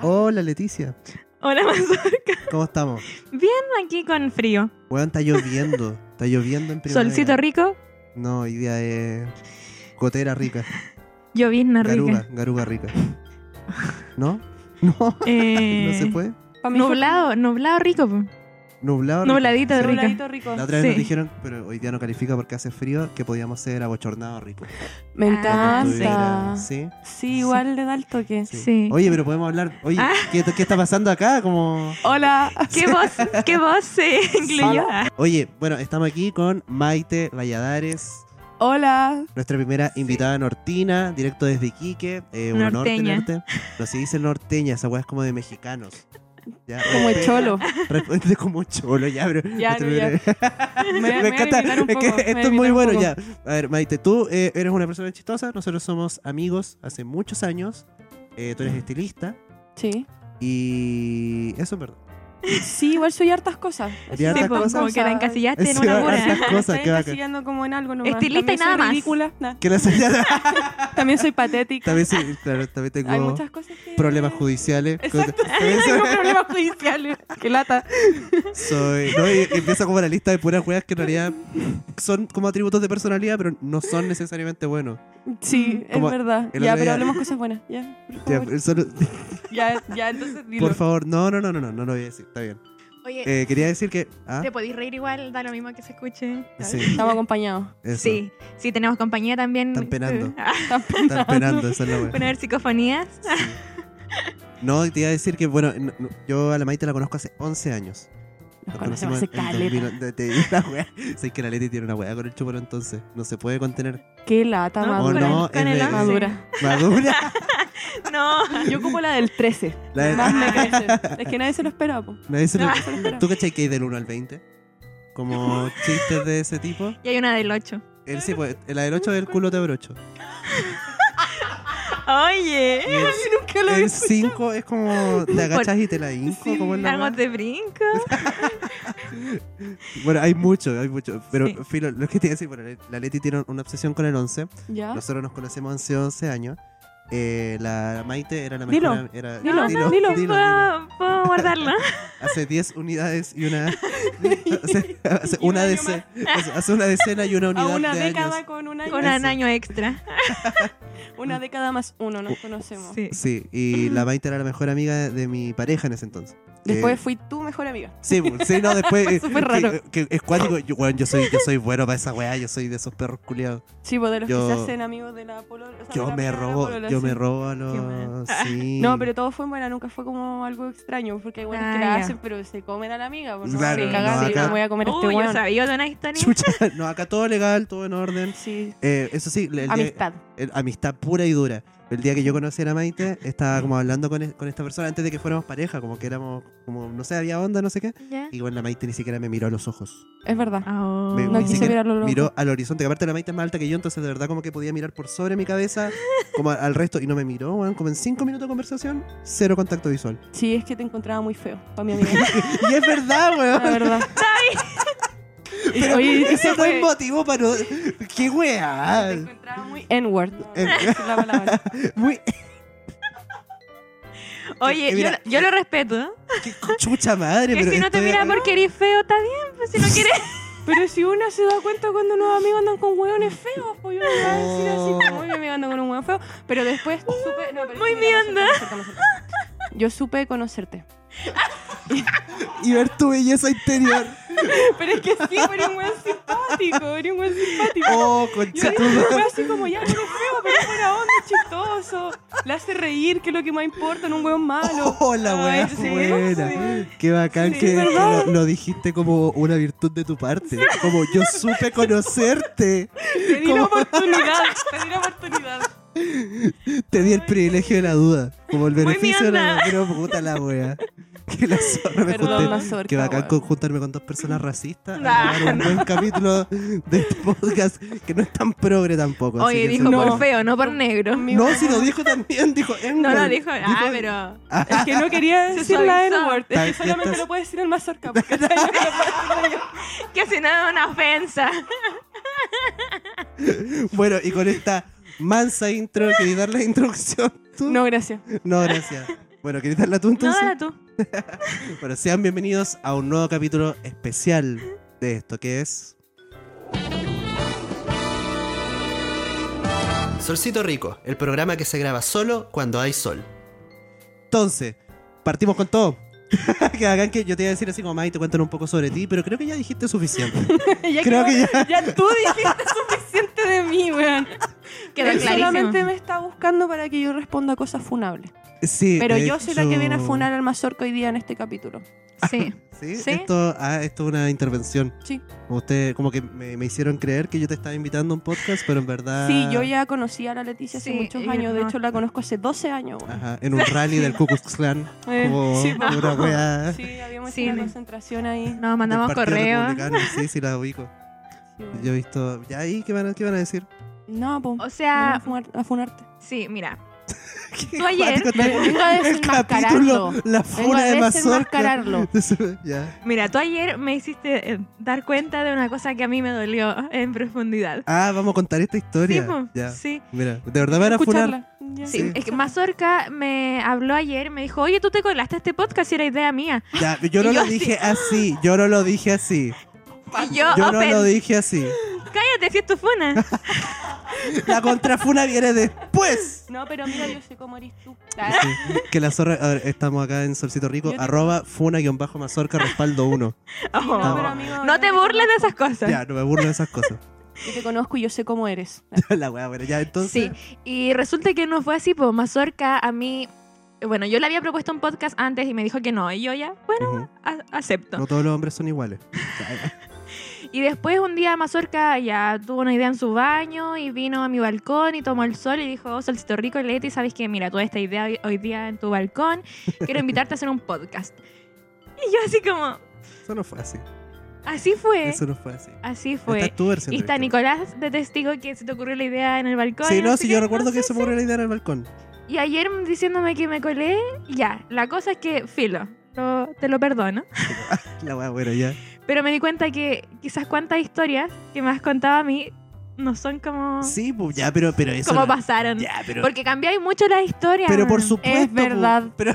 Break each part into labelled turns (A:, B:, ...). A: Hola Leticia,
B: Hola, Mazorca.
A: ¿cómo estamos?
B: Bien aquí con frío.
A: Weón, está lloviendo, está lloviendo en primavera.
B: Solcito rico,
A: No, hoy día es gotera rica,
B: llovizna rica.
A: garuga, garuga rica. ¿No? No,
B: Eh,
A: no se puede.
C: Pa' mí fue
B: Nublado, nublado rico. po.
A: Nublado. rico.
B: Nubladito
C: un
A: Sí.
B: rico.
C: nubladito rico.
A: La otra vez nos
B: Sí.
A: dijeron, pero hoy día no califica porque hace frío, que podíamos ser abochornado rico.
C: Me
B: Ah,
C: encanta. Sí,
A: ¿Sí?
C: igual le da el toque.
A: Sí.
B: Sí.
A: Oye, pero podemos hablar. Oye,
B: Ah.
A: ¿qué, qué está pasando acá? Como.
C: Hola.
B: ¿Qué voz, qué eh, voz se incluyó?
A: Oye, bueno, estamos aquí con Maite Valladares.
C: Hola.
A: Nuestra primera invitada nortina, directo desde Iquique. Eh, un honor
B: Norteña.
A: tenerte. No se dice norteña, esa weá es como de mexicanos. Ya,
C: Como el
A: respe-
C: cholo.
A: respe- como cholo, ya, pero.
C: Ya,
A: nuestra
C: no, ya.
A: primera-
C: Me,
A: Me,
C: voy a
A: encanta.
C: limitar un
A: es que
C: poco, me voy a
A: esto es muy
C: limitar un
A: bueno,
C: poco.
A: ya. A ver, Maite, tú eh, eres una persona chistosa. Nosotros somos amigos hace muchos años. Eh, tú eres estilista.
C: Sí.
A: Y. Eso es verdad.
C: Sí, pues, igual soy hartas cosas.
A: Y
C: Soy
A: hartas
B: Sí,
A: harta
B: po,
A: cosa.
B: como que la encasillaste en
A: Sí,
B: una
A: harta
B: pura.
A: Hartas cosas,
C: Me
A: qué
C: estoy
A: bacán.
C: encasillando como en algo nomás.
B: Estilista y
C: También
B: nada
C: soy
B: más.
C: ridícula. Nah,
A: Que la señora.
C: También soy patética.
A: también, sí, claro, también tengo
C: Hay muchas cosas que...
A: problemas judiciales.
C: Exacto,
A: También soy-
C: Tengo problemas judiciales. Qué lata.
A: Soy. No, y empieza como la lista de puras weas que en realidad son como atributos de personalidad, pero no son necesariamente buenos.
C: Sí,
A: Mm, Como
C: es verdad.
A: el
C: Ya,
A: otro día-
C: pero hablemos cosas buenas. Ya, por
A: Ya,
C: favor.
A: solo-
C: Ya, ya, entonces dilo.
A: por favor, no, no, no, no, no, no lo voy a decir, está bien.
B: Oye,
A: Eh, quería decir que. Ah,
B: te podéis reír igual, da lo mismo que se escuche.
A: sí,
C: Estamos acompañados.
A: eso.
B: Sí, sí, tenemos compañía también.
A: Están penando.
B: Ah,
C: Tampoco.
A: Están penando, esa es la wea.
B: Van a ver psicofonías.
A: Sí. No, te iba a decir que, bueno, no- no, yo a la Maite la conozco hace 11 años.
C: Nos
A: La
C: conocemos hace
A: en
C: caleta.
A: 2000 de- de- la wea. Sé que la Leti tiene una wea con el chupero entonces. No se puede contener.
C: Qué lata,
A: o
C: madura.
A: no,
B: con
A: es
B: el
A: de-
B: once.
C: Madura.
A: Madura.
B: No.
C: Yo como la del 13.
A: La de- ah,
C: Más me crece. Es que nadie se lo esperaba, po.
A: Nadie se lo-
C: Se lo esperaba.
A: ¿Tú cachai que hay del 1 al 20? Como chistes de ese tipo.
B: Y hay una del 8.
A: Él sí, pues, la del 8 es el culo te brocho.
B: Oye,
A: Y el-
C: Nunca Eh, lo
A: El
C: vi.
A: 5 es como te agachas y te la hinco. como en la
B: algo
A: wea.
B: te brinco.
A: Bueno, hay mucho, hay mucho. Pero,
B: Sí.
A: Filo, lo que te iba a decir, bueno, la Leti tiene una obsesión con el 11.
C: Ya.
A: Nosotros nos conocemos hace 11 años. Eh, la Maite era la
C: Dilo,
A: mejor. Era,
C: dilo,
B: no,
C: dilo,
A: dilo.
B: ¿Puedo, puedo guardarlo.
A: Hace 10 unidades y una. hace, hace
C: Y un
A: una
C: año
A: dece- hace- hace una decena y una
C: A
A: unidad
C: una
A: de
C: década
A: años.
C: con una,
B: Con un año extra.
C: una década más uno, nos conocemos.
B: Sí.
A: Sí, y la Maite era la mejor amiga de, de mi pareja en ese entonces.
C: Después
A: Eh,
C: fui tu mejor amiga.
A: Sí, sí, no, después.
C: Fue
A: eh,
C: súper
A: que-
C: raro.
A: que es cuático. Yo, weón, yo, soy, yo soy bueno para esa weá, yo soy de esos perros culiados.
C: Sí, pues de los
A: Yo-
C: que se hacen amigos de la polola. o sea, de
A: Yo
C: la
A: me
C: amiga de la
A: robo,
C: polola,
A: yo me
C: sí.
A: robo a
B: Qué mal.
A: los. Sí.
C: No, pero todo fue en buena, nunca fue como algo extraño, porque hay buenas
B: Ah,
C: que la
B: ya.
C: hacen, pero se comen a la amiga, pues no,
A: Claro,
C: se
B: no,
C: cagan,
A: acá-
C: sí, no me voy a comer a este
B: Uy, yo
C: weón.
B: sabía de una historia.
A: Chucha, no, acá todo legal, todo en orden.
C: Sí,
A: Eh, eso sí, el- el día-
C: amistad.
A: el- amistad pura y dura. El día que yo conocí a la Maite, estaba como hablando con, es- con esta persona antes de que fuéramos pareja, como que éramos, como no sé, había onda, no sé qué.
B: Ya.
A: Y bueno, la Maite ni siquiera me miró a los ojos.
C: Es verdad.
B: Oh.
A: Me-
C: No
A: ni
C: quise
A: siquiera
C: mirarlo a los
A: Miró
C: ojos.
A: al horizonte, que aparte la Maite es más alta que yo, entonces de verdad como que podía mirar por sobre mi cabeza, como a- al resto, y no me miró, weón, como en cinco minutos de conversación, cero contacto visual.
C: Sí, es que te encontraba muy feo, para mi amiga.
A: y es verdad,
C: La
A: weón.
C: verdad. Y-
A: Pero
C: oye, y
A: ese
C: se
A: no es
C: fue-
A: motivo para... no- ¡Qué weá!
C: Te encontraba muy N-word. No, no,
A: En-
C: esa es la palabra.
A: Muy...
B: Oye,
A: Eh, mira,
B: yo, yo lo respeto.
A: qué chucha madre!
B: Que
A: pero
B: si no
A: esto
B: te
A: es-
B: miras porque eres feo, está bien. Pues si no quieres.
C: Pero si una se da cuenta cuando unos amigos andan con hueones feos, pues yo me voy a decir
A: Oh.
C: así, como "Uy, mi amigo anda con un hueón feo. Pero después supe. No, pero
B: Muy
C: mira,
B: mi
C: me
B: onda.
C: acerco, me acerco, me acerco. Yo supe conocerte.
A: y ver tu belleza interior.
C: Pero es que sí, pero era un hueón simpático, era un hueón simpático.
A: Oh,
C: Yo
A: concha
C: dije,
A: tu
C: un
A: madre.
C: hueón así como ya, no es feo, pero es buena onda, es chistoso. Le hace reír, que es lo que más importa en un hueón malo.
A: Oh, la weá
C: Ay,
A: fue
C: sí,
A: buena. Qué bacán
C: Sí,
A: que, que
C: ¿verdad?
A: lo, lo dijiste como una virtud de tu parte. Como yo supe conocerte.
C: Te di la
A: ¿Cómo?
C: oportunidad, te di la oportunidad.
A: Te di el privilegio de la duda. Como el
B: Muy
A: beneficio de la
B: mierda.
A: duda. Pero puta la weá. Que la zorra me
C: Perdón,
A: junté-
C: mazorca,
A: Que bacán
C: weón.
A: con- juntarme con dos personas racistas. a
B: Nah,
A: grabar un buen capítulo de este podcast que no es tan progre tampoco. así
B: Oye,
A: que
B: dijo
A: eso-
B: por feo, no por negro.
A: No, si lo dijo también, dijo
B: No
A: N-word.
B: lo dijo. Ah, pero.
C: Es que no quería
B: Se
C: decir la
B: suavizó.
C: N-word, es que
A: Tal-
C: solamente
A: estás-
C: lo puede decir el más pues, cerca, porque no lo puedo decir yo.
B: Que si nada, una ofensa.
A: Bueno, y con esta mansa intro, ¿queréis dar la introducción tú?
C: No, gracias.
A: No, gracias. Bueno, ¿querés darla tú
B: No,
A: entonces?
B: dala tú.
A: Bueno, sean bienvenidos a un nuevo capítulo especial de esto, que es... Solcito Rico, el programa que se graba solo cuando hay sol. Entonces, partimos con todo. que hagan que yo te iba a decir así como, May, te cuentan un poco sobre ti, pero creo que ya dijiste suficiente.
C: ya
A: Creo que ya-
C: tú dijiste suficiente de mí, weón.
B: Quedó
C: Él
B: clarísimo.
C: solamente me está buscando para que yo responda cosas funables.
A: Sí,
C: Pero
A: de
C: yo soy la que
A: hecho-
C: viene a funar al Mazorca hoy día en este capítulo.
A: Ah,
B: Sí.
A: ¿Sí?
B: Sí.
A: Esto, ah, esto es una intervención.
C: Sí.
A: Como, usted, como que me, me hicieron creer que yo te estaba invitando a un podcast, pero en verdad...
C: Sí, yo ya conocí a la Leticia hace
B: Sí,
C: muchos
B: yo
C: años. De
B: no.
C: hecho, la conozco hace 12 años. weón.
A: Ajá, en un rally del Ku Klux Klan.
C: Eh,
A: Como
C: sí, po.
A: una wea
C: Sí, habíamos
B: Sí,
C: hecho
B: me-
C: una concentración ahí.
B: Nos
A: del
B: mandamos
A: Partido
B: correos.
A: Republicano. Sí, sí, la ubico.
C: Sí, weón.
A: Yo he visto. ¿Ya ahí qué van a, qué van a decir?
C: No, po.
B: O
C: Ven a,
B: sea,
C: fumar- a funarte.
B: sí, mira.
A: ¿Qué
B: Tú ayer-
A: cuático
C: Ven-
A: te-
C: vengo a
A: el capítulo,
C: desenmascararlo.
A: la
C: Vengo a
A: funa de Mazorca.
C: desenmascararlo.
A: ya.
B: Mira, tú ayer me hiciste eh, dar cuenta de una cosa que a mí me dolió en profundidad.
A: Ah, vamos a contar esta historia.
B: Sí, po,
A: ya.
B: sí.
A: Mira, de verdad me van a funar.
C: Escucharla. Ya.
B: Sí,
A: Sí.
B: es que Mazorca me habló ayer, me dijo, oye, tú te colaste a este podcast y era idea mía.
A: Ya, yo no
B: Y
A: lo
B: yo
A: dije así. Yo no lo dije así.
B: Y
C: Oh,
B: yo,
A: Yo no
B: open,
A: lo dije así.
B: cállate si es tu funa.
A: La contrafuna viene después.
C: No, pero mira, yo sé cómo eres tú.
A: Sí, que la zorra. a ver, estamos acá en Solcito Rico.
C: Yo te-
A: Arroba funa-mazorca respaldo 1.
C: No,
B: Oh.
C: pero amigo,
B: No te burles de esas cosas.
A: Ya, no me burlo de esas cosas.
C: Yo te conozco y yo sé cómo eres.
A: La wea, bueno, ya entonces.
B: Sí, y resulta que no fue así, pues Mazorca a mí, bueno, yo le había propuesto un podcast antes y me dijo que no, y yo ya, bueno,
A: Ujú.
B: a- acepto.
A: No todos los hombres son iguales.
B: Y después un día Mazorca ya tuvo una idea en su baño y vino a mi balcón y tomó el sol y dijo, oh, Solcito Rico, Leti, sabes que mira, toda esta idea hoy- hoy día en tu balcón, quiero invitarte a hacer un podcast. Y yo así como,
A: Eso no fue así.
B: así fue,
A: Eso no fue así.
B: así
A: Esta
B: Eh. fue.
A: es tu versión.
B: Y
A: de
B: está
A: la historia.
B: Nicolás de testigo que se te ocurrió la idea en el balcón. y
A: Sí, no,
B: sé
A: sí,
B: qué.
A: yo recuerdo que
B: Entonces,
A: se me ocurrió la idea en el balcón.
B: Y ayer diciéndome que me colé, ya, la cosa es que, filo, lo- te lo perdono.
A: La wea, bueno, ya.
B: Pero me di cuenta que quizás cuántas historias que me has contado a mí no son como,
A: Sí, pues ya, pero, pero eso.
B: como
A: no-
B: pasaron.
A: Ya, pero.
B: Porque cambiáis mucho las historias.
A: Pero por
B: mano.
A: supuesto.
C: Es verdad.
A: pu, Pero,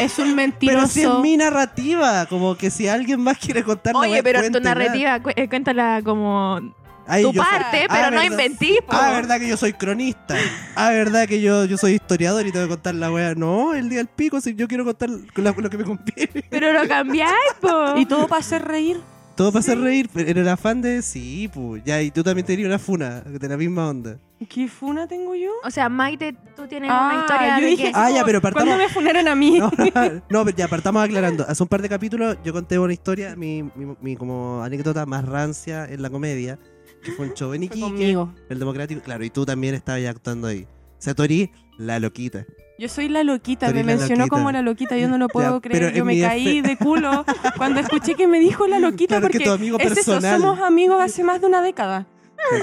C: Es
A: pero si
C: un
A: es
C: mentiroso.
A: mi narrativa. Como que si alguien más quiere contar la
B: Oye,
A: wea,
B: pero tu
A: cuéntela.
B: narrativa, cu- eh, cuéntala como
A: Ay,
B: tu
A: yo soy-
B: parte,
A: Ah,
B: pero no
A: verdad.
B: inventís. po.
A: Ah, verdad que yo soy cronista. Ah, verdad que yo, yo soy historiador y tengo que contar la wea. No, el día del pico, si yo quiero contar lo lo que me conviene.
B: Pero lo cambiáis, po.
C: Y todo para hacer reír.
A: Todo para hacer reír, pero en el afán de sí, pues ya, y tú también tenías una funa de la misma onda.
C: ¿Qué funa tengo yo?
B: O sea, Maite, tú tienes
C: Ah,
B: una historia
C: yo
B: de
C: dije-
B: que...
A: Ah, ya, pero
C: ¿Cuándo
A: partamos.
C: me funaron a mí?
A: No, no, pero ya partamos aclarando. Hace un par de capítulos yo conté una historia, mi, mi- mi como anécdota más rancia en la comedia, que fue un show en
C: Fue
A: Iquique,
C: conmigo.
A: el democrático, claro, y tú también estabas ya actuando ahí. O sea, tú eres la loquita.
C: Yo soy la loquita,
A: Tú
C: me
A: eres la
C: mencionó
A: loquita.
C: como la loquita, yo no lo
A: Ya,
C: puedo
A: pero
C: creer. Yo
A: en
C: me
A: mi
C: caí de culo cuando escuché que me dijo la loquita
A: Claro, es que
C: porque
A: tu amigo
C: es eso,
A: personal.
C: somos amigos hace más de una década.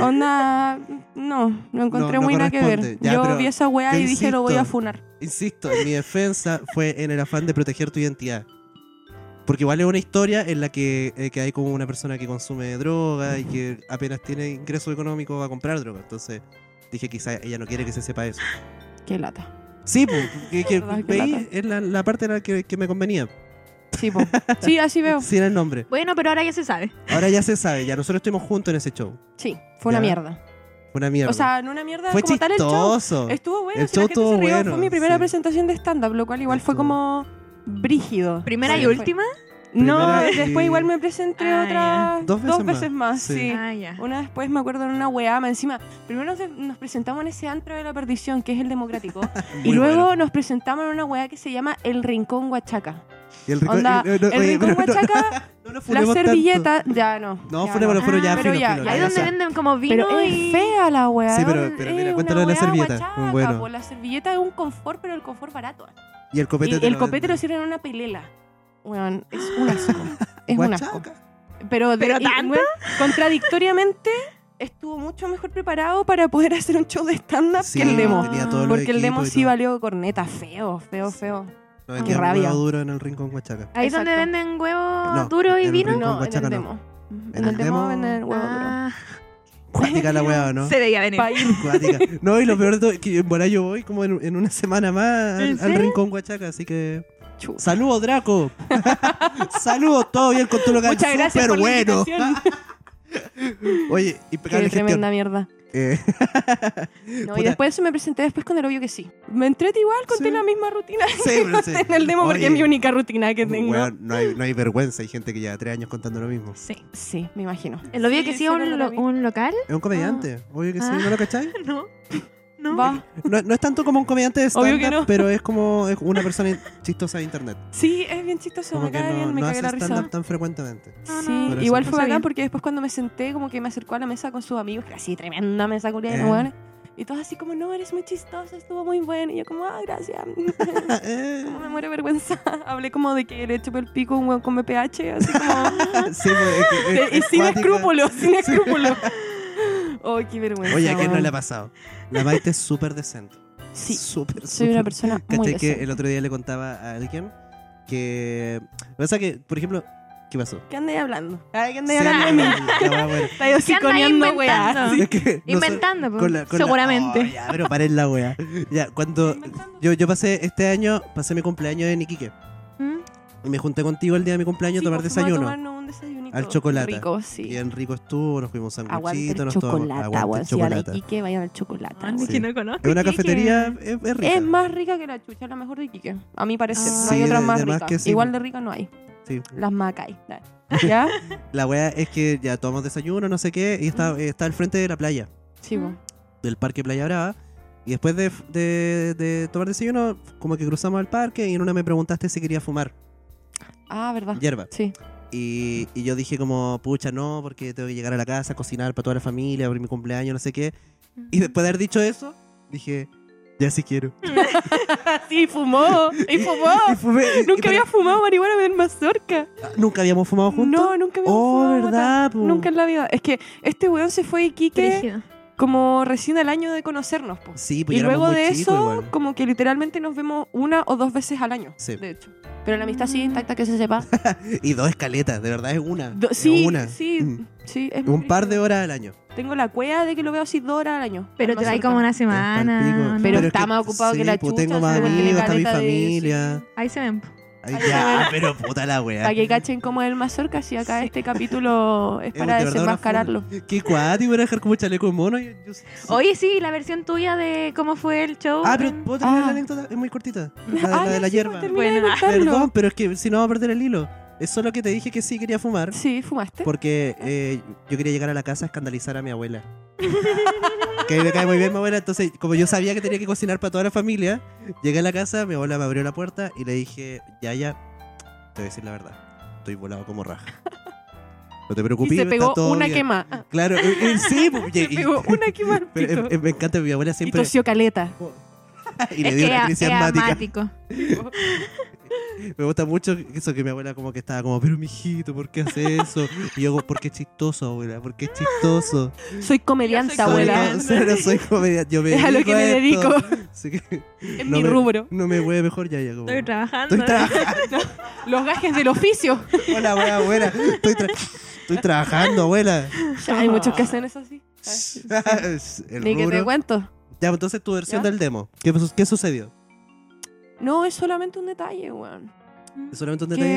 C: Onda, no, lo encontré
A: No, no
C: muy nada que ver.
A: corresponde. Ya, pero
C: yo vi esa weá
A: yo
C: y dije lo voy a
A: insisto.
C: funar.
A: Insisto, en mi defensa fue en el afán de proteger tu identidad. Porque igual es una historia en la que, eh, que hay como una persona que consume droga y que apenas tiene ingreso económico va a comprar droga. Entonces dije, quizá ella no quiere que se sepa eso.
C: Qué lata.
A: Sí, pues, que, que
C: Verdad, qué
A: veí
C: lata.
A: es la, la parte en la que, que me convenía.
C: Sí, po. sí, así veo.
A: Sin el nombre.
B: Bueno, pero ahora ya se sabe.
A: Ahora ya se sabe, ya nosotros estuvimos juntos en ese show.
C: Sí, fue una
A: Ya.
C: mierda.
A: Fue una mierda.
C: O sea, no una mierda
A: fue
C: como tal el show.
A: chistoso.
C: Estuvo bueno,
A: El
C: si la
A: show
C: gente
A: estuvo
C: se rió,
A: bueno,
C: fue mi primera
A: sí.
C: presentación de stand-up, lo cual igual fue
A: Estuvo-
C: como brígido.
B: Primera
A: Sí,
B: y
A: fue.
B: última.
C: No,
A: Primera y-
C: después igual me presenté
B: Ah,
C: otras
A: Dos
C: dos
A: veces
C: veces,
A: más,
C: más,
A: sí.
C: sí.
B: Ah, ya.
C: Una después me acuerdo en una weá, más encima, primero nos, nos presentamos en ese antro de la perdición, que es el democrático,
A: Muy
C: y luego
A: bueno.
C: nos presentamos en una weá que se llama El Rincón Huachaca.
A: Y el rincón-
C: Onda,
A: eh, no, no,
C: el
A: oye,
C: Rincón
A: pero no-
C: Huachaca,
A: no nos
C: la
A: funemos tanto.
C: servilleta, ya no.
A: No,
C: ya
A: funémoslo, funémoslo, ya,
B: Ah,
A: filo,
C: pero ya,
A: filo,
C: ya,
B: Ahí
A: ya,
B: donde
A: ya.
B: venden como vino
C: Pero
B: y...
C: es fea la weá.
A: Sí, pero-
C: ¿no?
A: pero
C: Es
A: mira,
C: una
A: cuéntalo de la
C: weá
A: servilleta,
C: huachaca,
A: un bueno.
C: po, la servilleta es un confort, pero el confort barato.
A: Y el copete
C: Y
A: te
C: el
A: lo
C: copete
A: venden.
C: lo sirven en una pelela. Weón, es un asco. es un asco.
A: Huachaca.
C: Pero, de-
B: ¿Pero
C: y,
B: tanto?
C: weón, contradictoriamente, estuvo mucho mejor preparado para poder hacer un show de stand-up
A: Sí,
C: que el demo.
A: tenía todos los
C: Porque el demo
A: equipos y
C: sí
A: todo.
C: valió corneta, feo, feo, feo.
A: No, vendían
C: rabia.
A: huevo duro en el rincón Huachaca.
B: Ahí donde
C: Exacto.
B: venden huevo
A: No,
B: duro y
A: el
B: vino.
A: rincón-
C: No, en
A: guachaca no.
C: el demo.
A: En
C: En
A: el
C: el demo
A: demo-
C: venden huevo duro.
B: Ah,
A: Cuática la weá, ¿o ¿no?
B: Se veía venir.
C: País.
A: Cuática. No, y lo peor de todo es que en Borá yo voy como en, en una semana más
C: ¿En
A: al, al
C: serio?
A: rincón Huachaca, así que.
C: Chuta.
A: Saludos, Draco. Saludos, todo bien con tu local.
C: Muchas gracias
A: Súper
C: por la
A: bueno.
C: invitación.
A: Oye, impecable
C: Qué
A: gestión.
C: tremenda mierda.
A: Eh,
C: No,
A: Puta.
C: y después eso me presenté después con el obvio que sí. Me entré igual, conté
A: Sí.
C: la misma rutina
A: sí, pero sí.
C: en el demo porque
A: Oye,
C: es mi única rutina que tengo.
A: weón, no, hay, no hay vergüenza, hay gente que lleva tres años contando lo mismo.
B: Sí.
C: Sí, me imagino.
B: El obvio
C: Sí,
B: que sí es
C: esa era
B: un,
C: la
B: lo-
C: misma.
B: un local.
A: Es un comediante, obvio que sí,
B: Ah.
A: ¿no lo cachai?
B: No. No.
C: Va.
A: No, no es tanto como un comediante de
C: Obvio que
A: stand-up,
C: no.
A: pero es como es una persona in- chistosa de internet.
C: Sí, es bien chistoso,
A: Como
C: me
A: que
C: cae
A: no,
C: bien, me
A: no
C: cagué
A: hace
C: la
A: stand-up
C: risa.
A: tan frecuentemente.
B: No,
C: Sí,
B: no,
A: Por eso.
C: igual
B: No
C: fue
B: sabía.
C: bacán porque después cuando me senté como que me acercó a la mesa con sus amigos, que era así tremenda mesa culia
A: Eh.
C: de weones. Y todos así como, no, eres muy chistoso, estuvo muy bueno. Y yo como, ah, gracias.
A: Ah, eh.
C: como me muero de vergüenza. Hablé como de que le chupé el pico a un weón con BPH, así como... eh,
A: Sí, pues, es que- es-
C: y
A: es
C: sin
A: cuática.
C: escrúpulos, sin escrúpulos. Oh, qué vergüenza.
A: Oye, ¿a quién no
C: weón.
A: le ha pasado? La Maite es súper decente.
C: Sí,
A: Súper,
C: soy
A: súper
C: una persona muy
A: ¿Cachai que
C: decente.
A: el otro día le contaba a alguien que. Pasa que, por ejemplo, ¿qué pasó?
C: ¿Qué andáis hablando? Ay,
A: Sí,
C: ¿qué andáis hablando de mí?
A: la weá buena.
C: Estáis hociconeando, weá.
B: inventando?
A: Es que no sé-
B: Inventando, po,
A: con la- con la-
B: seguramente.
A: Oh, ya, pero paren la wea. Ya, cuando.
C: Inventando.
A: Yo, yo pasé este año, pasé mi cumpleaños en Iquique.
B: ¿Mm?
A: Y me junté contigo el día de mi cumpleños a
C: Sí,
A: tomar
C: pues, fuimos
A: desayuno.
C: tomarnos un desayunito
A: Al chocolate.
C: Rico, sí.
A: Bien rico estuvo, nos fuimos un
C: Aguante
A: sanguchito,
C: el
A: nos
C: chocolate,
A: tomamos
C: weón.
A: aguante
C: Si van a
A: chocolate.
C: Iquique, vayan al chocolate.
B: Ah,
C: weón.
B: ni
A: sí.
B: que no conozco.
A: Es una
B: Iquique.
A: cafetería, es, es rica.
C: Es más rica que la chucha, la mejor de Iquique. A mi parecer,
B: Ah.
C: no hay
A: Sí,
C: otra
A: de-
C: más
A: de más
C: rica.
A: que sí.
C: Igual de rica no hay.
A: Sí.
C: Las macay. dale. ¿Ya?
A: La wea es que ya tomamos desayuno, no sé qué, y está, está al frente de la playa,
C: Sí, po.
A: del parque Playa Brava. Y después de, de- de tomar desayuno, como que cruzamos al parque y en una me preguntaste si quería fumar
C: Ah, verdad.
A: hierba.
C: Sí.
A: Y, y yo dije como, pucha, no, porque tengo que llegar a la casa, cocinar para toda la familia, abrir mi cumpleaños, no sé qué. Y después de haber dicho eso, dije, ya sí quiero.
C: sí, fumó. Y fumó.
A: Y fumé, y- y
C: Nunca
A: para-
C: había fumado marihuana en mazorca.
A: ¿Nunca habíamos fumado juntos.
C: No, nunca había
A: Oh,
C: fumado.
A: verdad, po.
C: Nunca en la vida. Es que este weón se fue a Iquique
B: Brígido.
C: como recién al año de conocernos, po.
A: Sí, pues
C: Y
A: ya éramos
C: luego
A: muy
C: de
A: chicos
C: eso,
A: igual.
C: como que literalmente nos vemos una o dos veces al año.
A: Sí.
C: De hecho. Pero la amistad sigue intacta, que se sepa.
A: Y dos escaletas, de verdad es una.
C: Do-
A: es
C: sí,
A: una.
C: sí,
A: Mm.
C: sí. es muy
A: Un par de
C: brígido.
A: horas al año.
C: Tengo la cueva de que lo veo así dos horas al año.
B: Pero
C: Al
B: te da
C: mazorca.
B: como una
A: Es pa'l
B: semana.
A: pico.
B: ¿no?
C: Pero
A: es
C: está más ocupado que la
A: pues,
C: chucha,
A: Tengo más
B: así que tiene
A: amigos, está mi
C: caleta de-
A: familia.
B: Ahí se ven. po.
A: Ay,
C: Ay,
A: ya,
C: ya.
A: pero puta la
C: Para
A: wea.
C: que cachen cómo es el mazorca, si acá este capítulo es
A: Es
C: para
A: de verdad una
C: desenmascararlo.
A: Qué cuático era dejar como chaleco en mono. y yo-
B: Oye, sí, la versión tuya de cómo fue el show.
A: Ah, pero
B: en-
A: ¿puedo terminar la
C: Ah.
A: anécdota? Es muy cortita. La, de-
C: Ah,
A: la de
C: ya,
A: la
C: sí,
A: hierba.
C: pues, termina de
B: Bueno,
C: contarlo.
A: Perdón, pero es que si no vamos a perder el hilo. Es solo que te dije que sí quería fumar.
C: Sí, fumaste.
A: Porque eh, yo quería llegar a la casa a escandalizar a mi abuela. que me cae muy bien mi abuela. Entonces, como yo sabía que tenía que cocinar para toda la familia, llegué a la casa, mi abuela me abrió la puerta y le dije, ya, ya, te voy a decir la verdad. Estoy volado como raja. No te preocupes.
C: Y se
A: está
C: pegó
A: todo
C: una
A: bien".
C: quema. Ah,
A: Claro, eh, eh, sí. pues,
C: Se
A: y-
C: pegó
A: y-
C: una quema al
A: pero, eh,
C: pito.
A: eh, me encanta, mi abuela
C: Y
A: siempre...
C: tosió caleta.
A: y le
B: es
A: dio
B: que
A: una
B: a-
A: crisis
B: es
A: asmática.
B: asmático.
A: Me gusta mucho eso que mi abuela como que estaba como, pero mijito, ¿por qué hace eso? Y yo como, porque es chistoso, abuela, porque es chistoso.
C: Soy comediante,
B: Yo soy
C: abuela.
A: Soy- no, no soy comediante, yo me
C: Es a lo que me
A: dedico
C: dedico.
A: a esto. Así que
C: Es
A: no
C: mi
A: me-
C: rubro.
A: No me hueve mejor ya, ya como.
B: Estoy trabajando.
A: Oh. Estoy trabajando,
C: Los gajes del oficio.
A: hola, abuela, abuela. Estoy, tra- estoy trabajando, abuela.
C: Ya hay muchos que hacen eso así.
A: El
C: Ah. Ni que te
A: rubro.
C: cuento.
A: Ya, entonces tu versión
C: ¿Ya?
A: del demo. ¿Qué, pas- qué sucedió?
C: No, es solamente un detalle, weón.
B: Mm.
A: ¿Es solamente un detalle?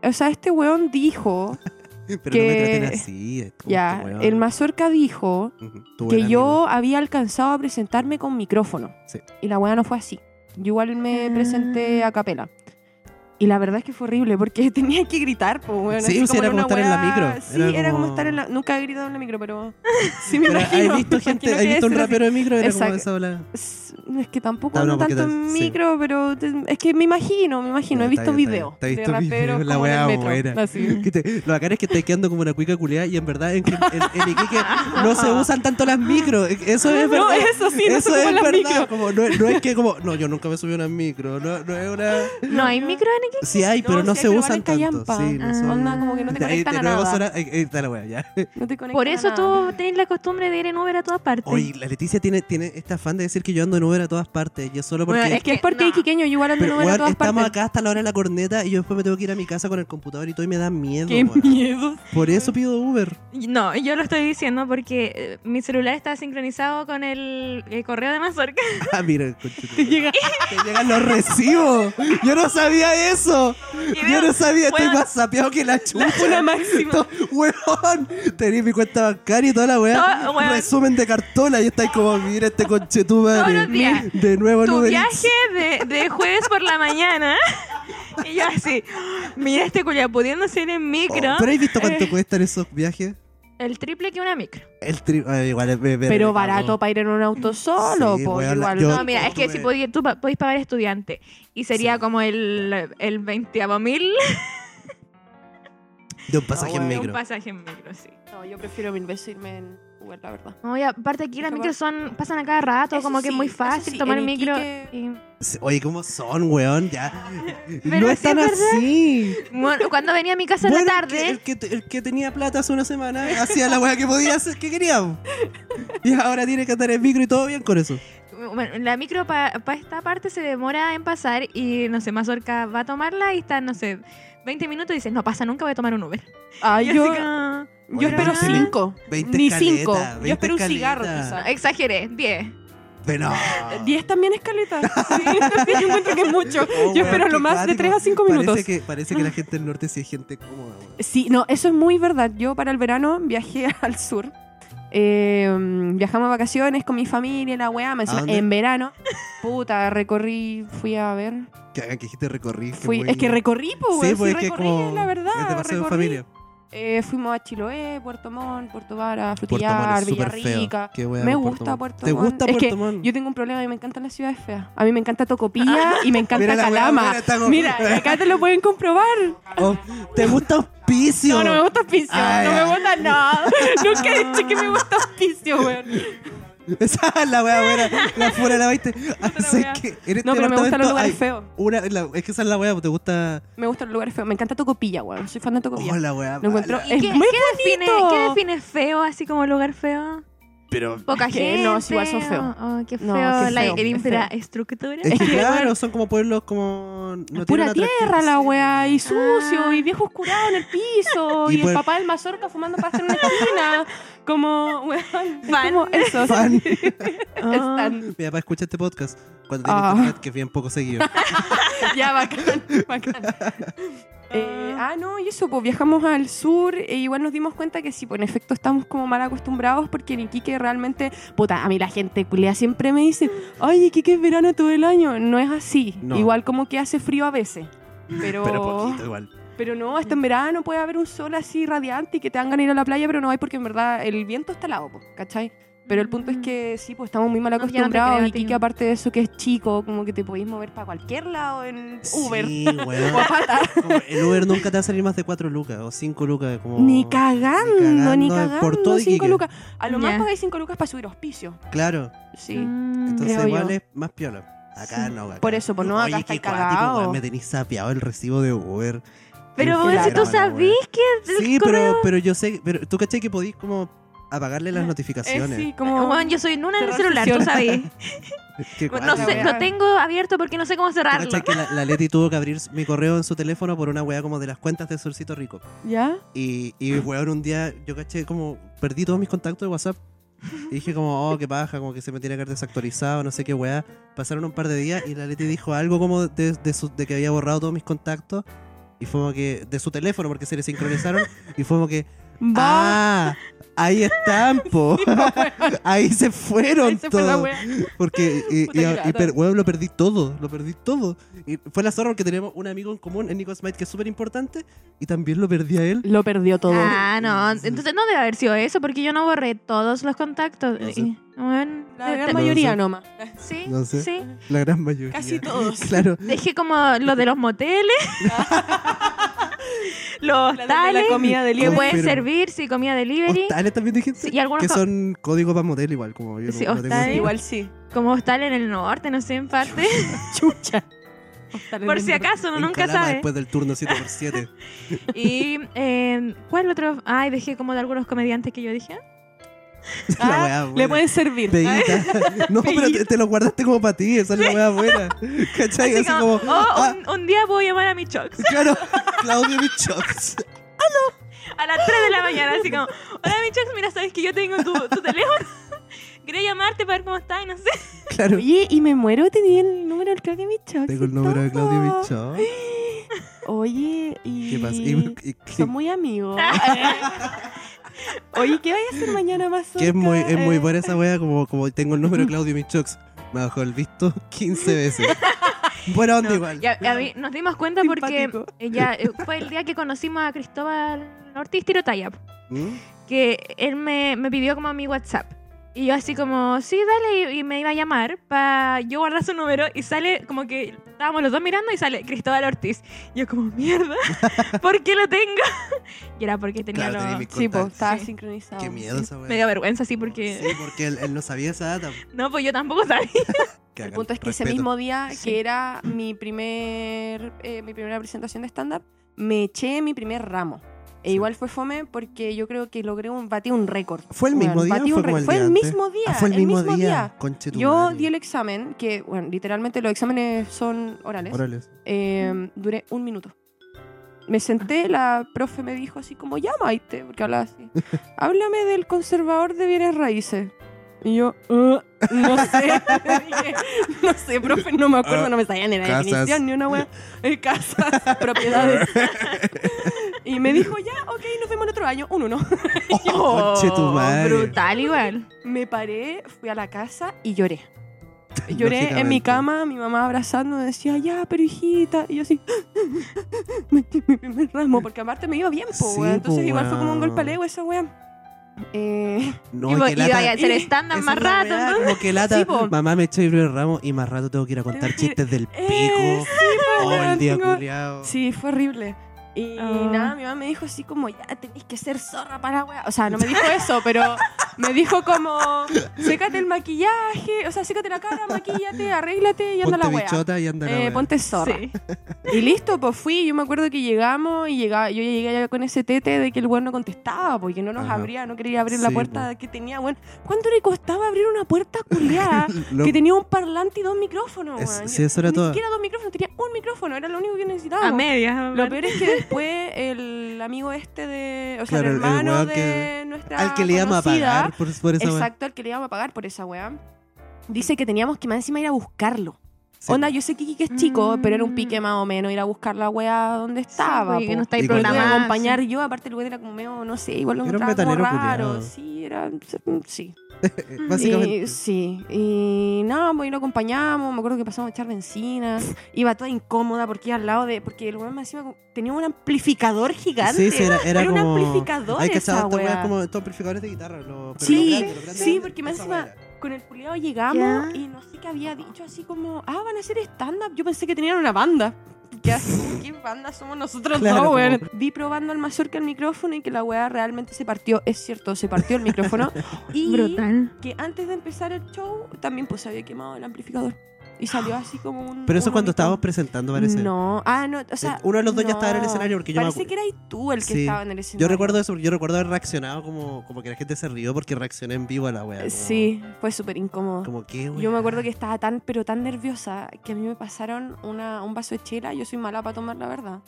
C: Que... O sea, este weón dijo,
A: Pero no me
C: que-
A: traten así. es justo,
C: ya,
A: weón.
C: el mazorca dijo
A: Ujú, tu
C: que
A: buen
C: yo había alcanzado a presentarme con micrófono.
A: Sí.
C: Y la weá no fue así. Yo igual me
B: Ah.
C: presenté a capela. Y la verdad es que fue horrible porque tenía que gritar, pues, weón.
A: Sí,
C: así
A: pues, era
C: una
A: como estar en la
C: weá-
A: micro.
C: Sí,
A: Era
C: era, como...
A: como-
C: estar en la. Nunca he gritado en la micro, pero. Sí, me
A: Pero
C: imagino.
A: ¿Has visto,
C: me
A: gente,
C: imagino
A: ¿has
C: que
A: visto un
C: es así.
A: rapero de micro? Era como
C: Exacto.
A: esa ola.
C: Es es que tampoco
A: Ah, No, no,
C: ando
A: porque
C: tanto
A: tal-
C: en
A: sí.
C: micro, pero te- es que me imagino, me imagino.
A: Ya,
C: he
A: está
C: visto
A: bien, está bien.
C: videos
A: Te he
C: de
A: visto
C: raperos
A: videos, la
C: como en el
A: weá
C: metro.
A: buena.
C: así.
A: Que te- lo bacán es que estáis quedando como una cuica culiada y en verdad en, en- en Iquique no se usan tanto las micros. e, Eso es verdad.
C: No, eso sí, no
A: Eso
C: se
A: es
C: ocupan las
A: verdad.
C: micro.
A: Como no, no es que como, no, yo nunca me subí a una micro. No, no es una.
B: No hay micro en
A: Sí hay, pero
C: No,
A: no,
C: sí hay,
A: se
C: pero
A: usan
C: valen
A: tanto.
C: callampa.
A: Sí, no
B: Ah.
A: son-
C: Onda, como que no te
A: Ahí
C: conectan
A: de
C: a
A: nuevo
C: nada.
A: suena- eh, ahí- ahí está la wea, ya.
C: No te conectan
B: Por
C: a
B: eso
C: nada.
B: tú tenés la costumbre de ir en Uber a todas partes.
A: Oye, la Leticia tiene, tiene este afán de decir que yo ando en Uber a todas partes. Yo solo porque.
C: Bueno, es que es porque
B: No.
C: es quiqueño, yo igual ando en
A: pero,
C: Uber a
A: weón,
C: todas
A: estamos
C: partes.
A: acá hasta la hora de la corneta y yo después me tengo que ir a mi casa con el computador y todo y me da miedo.
C: Qué
A: weón.
C: miedo.
A: Por eso pido Uber.
B: No, yo lo estoy diciendo porque eh, mi celular está sincronizado con el, el correo de Mazorca.
A: Ah, mira, conchito.
C: Te llega.
A: Te llegan los recibos. Yo no sabía eso. Yo no sabía. Estoy
B: Weón.
A: más sapeado que la
C: Una
A: chucha.
C: máxima.
A: To- Weón, tenés mi cuenta bancaria y toda la weá.
B: No, weón.
A: Resumen de cartola. Y estáis como, mira este
B: Todos
A: conchetumare.
B: los días.
A: De nuevo en
B: Tu
A: Uber
B: viaje de, de jueves por la mañana. Y yo así, mira este culia pudiendo ser en
A: Oh,
B: micro.
A: ¿Pero has visto cuánto
B: Eh,
A: cuestan esos viajes?
B: El triple que una micro.
A: El tri- ah, igual es- es- es-
C: Pero
A: es-
C: barato para ir en un auto solo,
A: Sí,
C: po,
A: weón, la-
C: igual.
A: yo-
B: No, mira, es que si podí- tú pa- podéis pagar estudiante y sería
A: Sí.
B: como el, el 20 mil
A: De un pasaje
C: No,
A: en
C: weón.
B: un
A: micro.
B: pasaje en micro, sí.
C: No, yo prefiero mil veces irme en Uber, la verdad.
B: Oye, aparte aquí las
C: Capaz-
B: micros son, pasan a cada rato,
C: Eso
B: como que es
C: sí,
B: muy
C: eso
B: fácil
C: sí,
B: tomar
C: en
B: micro.
C: Iquique-
B: y-
A: Sí, Oye, ¿cómo son, weón? Ya.
B: Pero
A: no
B: sí
A: están
B: es verdad.
A: así.
B: Bueno, cuando venía a mi casa en
A: Bueno,
B: la
A: el que-
B: tarde,
A: El que, te- el que tenía plata hace una semana hacía la weá que podía hacer, que quería. Y ahora tiene que andar en micro y todo bien con eso.
B: bueno, la micro para esta parte se demora en pasar y no sé, Mazorca va a tomarla y está, no sé, 20 minutos y dices, no pasa nunca, voy a tomar un Uber.
C: Ay,
B: Y
C: Ah, yo,
B: así como,
A: Oye,
C: yo espero
A: veinte-
C: cinco.
A: 20
C: Ni
A: escaleta,
C: cinco.
A: 20
C: Yo espero un
A: escaleta.
C: cigarro, quizás.
B: exageré, 10.
A: Pero no.
C: Diez también es caleta. Sí, también yo encuentro que es mucho.
A: Ah. Oh, weón,
C: yo espero
A: qué
C: lo más de
A: cuático.
C: tres a cinco
A: Parece
C: minutos.
A: que- parece que la gente del norte sí es gente cómoda. weón.
C: Sí, no, eso es muy verdad. Yo para el verano viajé al sur. Eh, mm, viajamos a vacaciones con mi familia, la weá, me encima-
A: dónde?
C: en verano. Puta, recorrí, fui a ver.
A: Que hagan que dijiste recorrí. que
C: Fui,
A: muy-
C: es que recorrí, pues,
A: Sí,
C: weón,
A: pues
C: sí,
A: es que
C: recorrí,
A: como-
C: la verdad.
A: es de paseo en
C: recorrí.
A: familia.
C: Eh, fuimos a Chiloé, Puerto Montt, Puerto Vara,
A: Puerto Montt
C: Frutillar,
A: es súper feo.
C: Villarrica.
A: Qué wea
C: Me
A: con
C: gusta Puerto
A: ¿Te
C: Montt.
A: gusta
C: Es que
A: Puerto Montt?
C: Yo tengo un problema, a mí me encantan las ciudades feas. A mí me encanta Tocopilla y me encanta
A: Ah, Mira la weá,
C: Calama.
A: mira, está como-
C: Mira, acá te lo pueden comprobar.
A: Oh, ¿Te gusta auspicio?
C: No, no me gusta auspicio.
A: Ay,
C: no
A: ay.
C: me gusta nada. Nunca he dicho que me gusta auspicio, weón.
A: Esa es la wea buena. La fuera la viste. Ah,
C: la
A: sé
C: wea.
A: que en este
C: No, pero me gustan
A: departamento
C: los lugares
A: hay
C: feos.
A: una- la- es que esa es la wea, te gusta.
C: Me gustan los lugares feos. Me encanta Tocopilla, weón. Soy fan de Tocopilla.
A: Oh, la wea.
C: Lo encuentro-
A: mala.
B: ¿Y
C: Es
B: qué,
C: muy
B: qué define,
C: bonito.
B: ¿Qué define feo, así como lugar feo?
A: Pero.
B: Poca
C: Es que
B: gente.
C: no, sí, igual son feo.
B: o- o qué feo,
C: No, Oh, qué
B: la
C: feo,
B: la
C: es
B: infraestructura.
A: Es que
C: que,
A: claro,
C: weón,
A: son como pueblos como. No
C: Pura
A: tienen atractivo.
C: tierra la
A: Sí.
C: weá, y sucio,
B: Ah.
C: y viejos curados en el piso,
A: Y
C: y,
A: pues-
C: el papá del mazorca fumando pasta en una esquina. Como, weón, es
B: Fan.
C: como eso.
A: Fan.
B: Ah.
C: Están-
A: Mi papá escucha este podcast cuando tiene
C: Ah.
A: internet, que es bien poco seguido.
C: Ya, bacán, bacán. Eh, ah, no, y eso, pues viajamos al sur e igual nos dimos cuenta que sí, pues en efecto estamos como mal acostumbrados porque en Iquique realmente, puta, a mí la gente culea siempre me dice, ay, Iquique es verano todo el año. No es así.
A: No.
C: Igual como que hace frío a veces. Pero,
A: Pero poquito igual.
C: pero no, hasta en verano puede haber un sol así radiante y que te hagan ir a la playa, pero no hay porque en verdad el viento está al lado, pues, ¿cachai? Pero el punto es que sí, pues estamos muy mal
B: No, ya no te
C: acostumbrados
B: creo,
C: y que
B: tío.
C: aparte de eso que es chico, como que te podéis mover para cualquier lado en Uber.
A: Sí, weón.
C: O a pata.
A: Como el Uber nunca te va a salir más de 4 lucas o 5 lucas. Como...
C: Ni cagando,
A: Ni
C: ni
A: cagando, eh,
C: cagando.
A: por todo
C: cinco
A: Iquique.
C: lucas. A lo
B: Ya.
C: más pagáis 5 lucas para subir Eh, hospicio.
A: Claro.
C: Sí.
B: Mm.
A: Entonces
C: Creo
A: igual
C: yo.
A: es más piola. Acá
C: Sí.
A: no, acá.
C: Por eso, pues no,
A: Oye,
C: acá
A: qué
C: está
A: cuático,
C: cagado.
A: weón, me tenéis sapeado el recibo de Uber.
B: Pero
A: Qué
B: vos, si tú
A: flagrante,
B: sabís
A: weón.
B: que el
A: Sí, pero,
B: correo- Eh,
A: pero yo sé, pero tú caché que podís como apagarle las notificaciones.
C: sí, como.
B: Weón, yo soy nuna en el
C: Cerrar
B: celular, tú
C: sesión.
B: sabés.
A: Qué
B: No,
A: cuático.
B: sé,
A: Tú
B: lo tengo abierto porque no sé cómo cerrarlo.
A: cachai que la, la Leti tuvo que abrir mi correo en su teléfono por una weá como de las cuentas de Solcito Rico.
C: ¿Ya?
A: Y, y weón, un día yo caché como perdí todos mis contactos de WhatsApp. Y dije como, oh, qué paja, como que se me tiene que haber desactualizado, no sé qué weá. Pasaron un par de días y la Leti dijo algo como de, de su- de que había borrado todos mis contactos. Y fue como que, de su teléfono, porque se le sincronizaron. Y fue como que,
C: Va.
A: ah, ahí están, po. ahí se fueron
C: Ahí se fue la
A: todos.
C: wea.
A: Porque, eh, y,
C: Puta
A: y-
C: que
A: y
C: lata.
A: per- weón, lo perdí todo, lo perdí todo. Y fue la zorra porque tenemos un amigo en común, el Nico Smite, que es súper importante. Y también lo perdí a él.
C: Lo perdió todo.
B: Ah, no. Entonces no debe haber sido eso porque yo no borré todos los contactos.
A: No sé.
B: Y- bueno,
C: La gran
B: te-
C: mayoría
A: sé.
C: nomás.
B: Sí,
A: No sé.
B: sí.
A: La gran mayoría.
C: Casi todos.
A: Claro.
B: Dejé como lo de los moteles. los
C: La de
B: hostales.
C: la comida del
B: que
A: Confirmo.
B: pueden servir, sí, comida delivery.
A: Hostales también dijiste.
B: Sí, y algunos
A: que
B: co-
A: son códigos para motel igual, como yo.
B: Sí,
A: no- no tengo
B: hostales.
A: idea.
C: Igual sí.
B: Como hostal en el norte, no sé, en parte.
C: Chucha.
B: Por si acaso, uno
A: En
B: nunca
A: Calama
B: sabe.
A: después del turno 7x7.
B: Y, eh, ¿cuál otro? Ay, dejé como de algunos comediantes que yo dije.
A: la
C: Ah,
A: weá
C: Le
A: buena.
C: pueden servir. Ah,
A: Peguita. No, pero te, te lo guardaste como para ti, esa es la weá buena. ¿Cachai? Así como.
B: oh,
A: ah,
B: un, un día voy a llamar a mi chox
A: Claro, Claudio Michox.
B: a las 3 de la mañana, así como, hola mi chox, mira, sabes que yo tengo tu, tu teléfono. Quería llamarte para ver cómo estás y no sé.
A: Claro.
C: Oye, y me muero, tenía el número del Claudio Michox.
A: Tengo el número de Claudio
C: Micho.
A: Michox.
C: Oye, y.
A: ¿Qué pasa? Y- y-
C: Son muy amigos. Oye, ¿qué vais a hacer mañana más Eh,
A: que es muy, es muy buena esa wea, como, como tengo el número de Claudio Michox. Me bajó el visto 15 veces. Buena onda
B: No,
A: igual.
B: y a- a mí nos dimos cuenta
C: Simpático.
B: porque eh, ya eh, fue el día que conocimos a Cristóbal Ortiz Tirotaya,
A: ¿Mm?
B: que él me, me pidió como mi WhatsApp. Y yo así como, sí, dale, y, y me iba a llamar para yo guardar su número y sale como que estábamos los dos mirando y sale Cristóbal Ortiz. Y yo como, mierda, ¿por qué lo tengo? Y era porque tenía
A: Claro, tenía
B: los...
A: mis
C: Sí, pues,
A: contactos.
C: estaba
B: Sí.
C: sincronizado.
A: Qué miedo esa wea.
B: Me dio vergüenza, sí, porque...
A: Sí, porque él, él no sabía esa data.
B: No, pues yo tampoco sabía.
A: Que
C: El
A: hagan
C: punto es que ese
A: respeto.
C: mismo día,
B: Sí.
C: que era mi, primer, eh, mi primera presentación de stand-up, me eché mi primer ramo. E
A: Sí.
C: igual fue fome porque yo creo que logré un, batí un récord.
A: ¿Fue el
C: Weón,
A: mismo día?
C: batí
A: o ¿Fue
C: un
A: como
C: récord.
A: el
C: Fue
A: día
C: el
A: antes?
C: mismo día.
A: Ah, fue el mismo, día.
C: día.
A: Conche tu
C: Yo
A: madre.
C: di el examen, que, bueno, literalmente los exámenes son orales.
A: Órale.
C: Eh, duré un minuto. Me senté, la profe me dijo así como, ya Maite, porque hablaba así. Háblame del conservador de bienes raíces. Y yo, "Uh, no sé. Le dije, no sé, profe, no me acuerdo, no me sabía ni la
A: Casas.
C: definición, ni una wea. Eh, casas, propiedades. y me dijo, ya, ok, nos vemos el otro año, un uno.
A: Oh, conche tu madre.
B: Brutal igual.
C: Me paré, fui a la casa y lloré. Lloré en mi
A: Lógicamente.
C: cama, mi mamá abrazando me decía, ya, pero hijita. Y yo así, me eché mi primer ramo, porque aparte me iba bien, po,
A: Sí,
C: weón. Entonces
A: po,
C: igual fue como un
A: weón.
C: golpe al ego esa weá. Eh,
A: No,
B: y
A: y
B: voy-
A: que
B: y
A: lata.
B: vaya a ser estándar
A: Esa
B: más
A: es la
B: rato.
A: weá,
B: entonces.
A: Como que lata.
C: Sí, po.
A: Mamá me eché el ramo y más rato tengo que ir a contar
C: Tengo que-
A: chistes del pico.
C: Eh,
A: o
C: weón,
A: el día
C: tengo-
A: curriado.
C: sí, fue horrible. Y
B: Ah.
C: nada, mi mamá me dijo así como, ya, tenéis que ser zorra para weá. O sea, no me dijo eso, pero me dijo como, sécate el maquillaje, o sea, sécate la cara, maquillate, arréglate y anda
A: Ponte
C: la weá.
A: bichota y anda la
C: Eh,
A: weá.
C: ponte zorra.
B: Sí.
C: Y listo, pues fui. Yo me acuerdo que llegamos y llegaba, yo llegué ya con ese tete de que el weón no contestaba, porque no nos
A: Ajá.
C: abría, no quería abrir la
A: Sí,
C: puerta
A: po.
C: que tenía, weón. ¿Cuánto le costaba abrir una puerta culiada?
A: Lo-
C: que tenía un parlante y dos micrófonos,
A: Es-
C: weón.
A: sí, eso era
C: Ni
A: todo.
C: siquiera dos micrófonos, tenía un micrófono, era lo único que necesitaba.
B: A medias.
C: Lo peor es que después el amigo este de. O sea,
A: Claro, el
C: el hermano
A: weón
C: de
A: que-
C: nuestra.
A: Al que le íbamos a
C: conocida,
A: pagar por, por esa weá.
C: Exacto, al que le íbamos a pagar por esa weá. Dice que teníamos que más encima ir a buscarlo.
A: Sí, eh,
C: Onda,
A: po.
C: yo sé que Kiki es chico, pero era un pique
B: Mm.
C: más o menos ir a buscar la weá donde estaba.
B: estaba. pues, que
C: po.
B: no está ahí
A: Y cuando-
C: Lo tuve que
B: programada.
C: acompañar yo, aparte el weón era como medio, no sé, igual lo
A: Era un
C: encontraba como
A: metalero
C: raro.
A: culiao.
C: Sí, era. Sí.
A: Eh, Básicamente.
C: Y- sí. Y nada, pues y lo acompañamos. Me acuerdo que pasamos a echar bencinas. Iba toda incómoda porque iba al lado de. Porque el weón más encima como- tenía un amplificador gigante.
A: Sí, sí, era, era
C: Era un
A: como...
C: amplificador
A: Hay que
C: esa
A: saber
C: weá.
A: como estos amplificadores de guitarra. Lo, pero
C: Sí,
A: lo grande, lo grande,
C: sí,
A: grande,
C: porque más
A: esa
C: encima-
A: weá.
C: Con el culiao llegamos
B: Ya.
C: y no sé qué había dicho, así como, ah, van a hacer stand-up. Yo pensé que tenían una banda. Ya, ¿qué banda somos nosotros
A: Claro,
C: dos,
A: como-
C: weón? Vi probando al mazorca el micrófono y que la weá realmente se partió. Es cierto, se partió el micrófono. y
B: Brutal.
C: que antes de empezar el show también pues se había quemado el amplificador. Y salió así como un.
A: Pero eso
C: un
A: cuando
C: hormiguito.
A: estábamos presentando, parece.
C: No, ah, no, o sea.
A: Eh, Uno de los dos ya estaba en el
C: no.
A: escenario porque yo me
C: Parece
A: acu-
C: que eras tú el que
A: Sí.
C: estaba en el escenario.
A: Yo recuerdo eso, porque yo recuerdo haber reaccionado como, como que la gente se rió porque reaccioné en vivo a la weá. como-
C: Eh, Sí, fue súper incómodo.
A: Como que,
C: Yo me acuerdo que estaba tan, pero tan nerviosa que a mí me pasaron una, un vaso de chela. Yo soy mala para tomar, la verdad.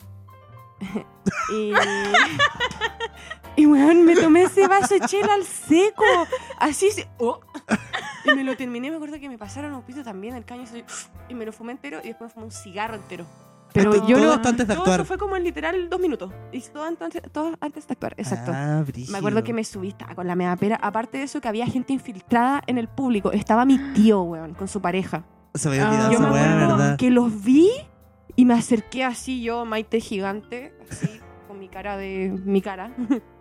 C: y. Y weón, me tomé ese vaso de chela al seco. Así se. ¡Oh! Y me lo terminé. Me acuerdo que me pasaron un pito también el caño. así, y me lo fumé entero y después me fumé un cigarro entero. Pero
A: Esto-
C: yo
A: todo
C: no.
A: esto antes de
C: Todo
A: actuar.
C: eso fue como en literal dos minutos. Y todo antes, todo antes de actuar, exacto.
A: Ah, brígido.
C: Me acuerdo que me subí, estaba con la mea pera. Aparte de eso, que había gente infiltrada en el público. Estaba mi tío, weón, con su pareja.
A: Se me había
B: Ah.
A: olvidado
C: yo
A: esa
C: me
A: weá,
C: acuerdo
A: ¿verdad?
C: que los vi y me acerqué así, yo, Maite gigante, así, con mi cara de. mi cara.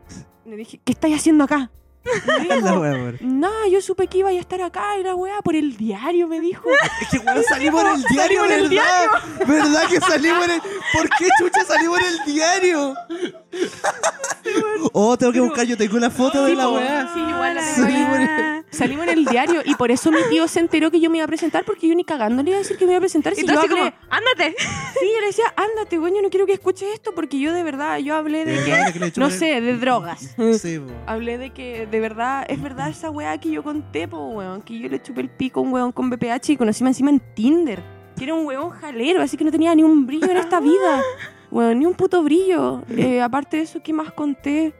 C: Y le dije, ¿qué estáis haciendo acá? Y me
A: La
C: dijo,
A: weá, weón.
C: No, yo supe que iba a estar acá y la weá por el diario, me dijo.
A: Es que weón, salimos en el diario,
C: salimos en el
A: ¿verdad? ¿Verdad que salimos en el. ¿Por qué chucha salimos en el diario? Oh, tengo que buscar, yo tengo la foto de
C: Sí,
A: la
C: po.
A: weá.
C: Sí, igual la
A: tengo ahí.
B: weá.
C: Salimos en el diario y por eso mi tío se enteró que yo me iba a presentar porque yo ni cagando le iba a decir que me iba a presentar.
B: y
C: Si
B: tú
C: yo
B: así
C: hablé-
B: como, ándate.
C: Sí, yo le decía, ándate, güey, yo no quiero que escuche esto porque yo de verdad, yo hablé de que, no sé, de drogas. Ah,
A: Sí, po.
C: Hablé de que de verdad, es verdad esa weá que yo conté, po, weón, que yo le chupé el pico a un weón con BPH y conocí más encima en Tinder. Que era un weón jalero, así que no tenía ni un brillo en esta vida. Weón, ni un puto brillo. Eh, aparte de eso, ¿qué más conté?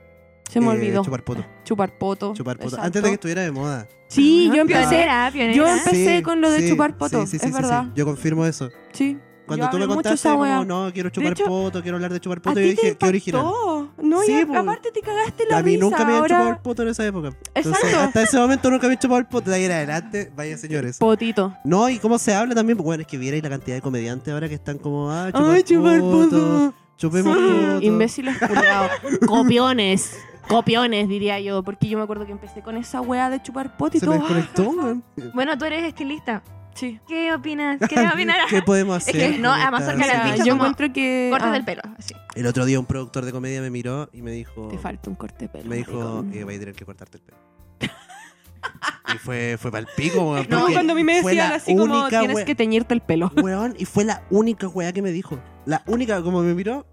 C: Se me
A: Eh,
C: olvidó. Chupar,
A: Chupar poto.
C: poto.
A: Chupar poto.
C: exacto.
A: Antes de que estuviera de moda.
C: Sí, yo empecé.
B: Pionera,
C: Yo
B: pionera.
C: empecé con lo de chupar poto,
A: Sí, sí,
C: es
A: sí, sí,
C: verdad.
A: sí. Yo confirmo eso.
C: Sí.
A: Cuando
C: Yo
A: tú me
C: hablé mucho
A: contaste,
C: esa
A: como,
C: weá.
A: no, quiero chupar
C: hecho,
A: poto, quiero hablar de chupar
C: A
A: poto,
C: ti
A: yo
C: te
A: dije, qué
C: impactó.
A: original.
C: No, y
A: Sí,
C: a-
A: po.
C: aparte te cagaste la
A: A mí
C: risa.
A: nunca me habían
C: ahora...
A: chupado el poto en esa época. Entonces,
C: Exacto.
A: hasta ese momento nunca me habían chupado el poto. De ahí en adelante, vaya señores.
C: Potito.
A: No, y cómo se habla también. Bueno, es que vierais la cantidad de comediantes ahora que están como, ah, chupar,
C: Ay, chupar
A: poto.
C: poto. Ah,
A: Chupemos poto.
C: Imbéciles culiados. Copiones. Copiones, diría yo. Porque yo me acuerdo que empecé con esa weá de chupar poto y
A: Se me
C: todo.
A: desconectó, weón.
B: Bueno, tú eres estilista.
C: Sí.
B: ¿Qué opinas? ¿Qué opinas?
A: ¿Qué podemos hacer?
B: que no,
A: ¿Cómo
B: además
A: estás?
B: cerca de
A: Sí.
B: las
C: Ah,
B: bichas
C: yo
B: como
C: encuentro que.
B: Cortes
C: ah,
B: del pelo. así.
A: El otro día un productor de comedia me miró y me dijo...
C: Te falta un corte de pelo.
A: Me dijo,
C: maricón.
A: eh, vais a tener que cortarte el pelo. y fue, fue pa'l pico, weón.
C: No,
A: porque
C: cuando a mí me
A: fue
C: decían
A: la
C: así como
A: única
C: tienes
A: wea-
C: que teñirte el pelo.
A: Weón, y fue la única weá que me dijo. La única, como me miró,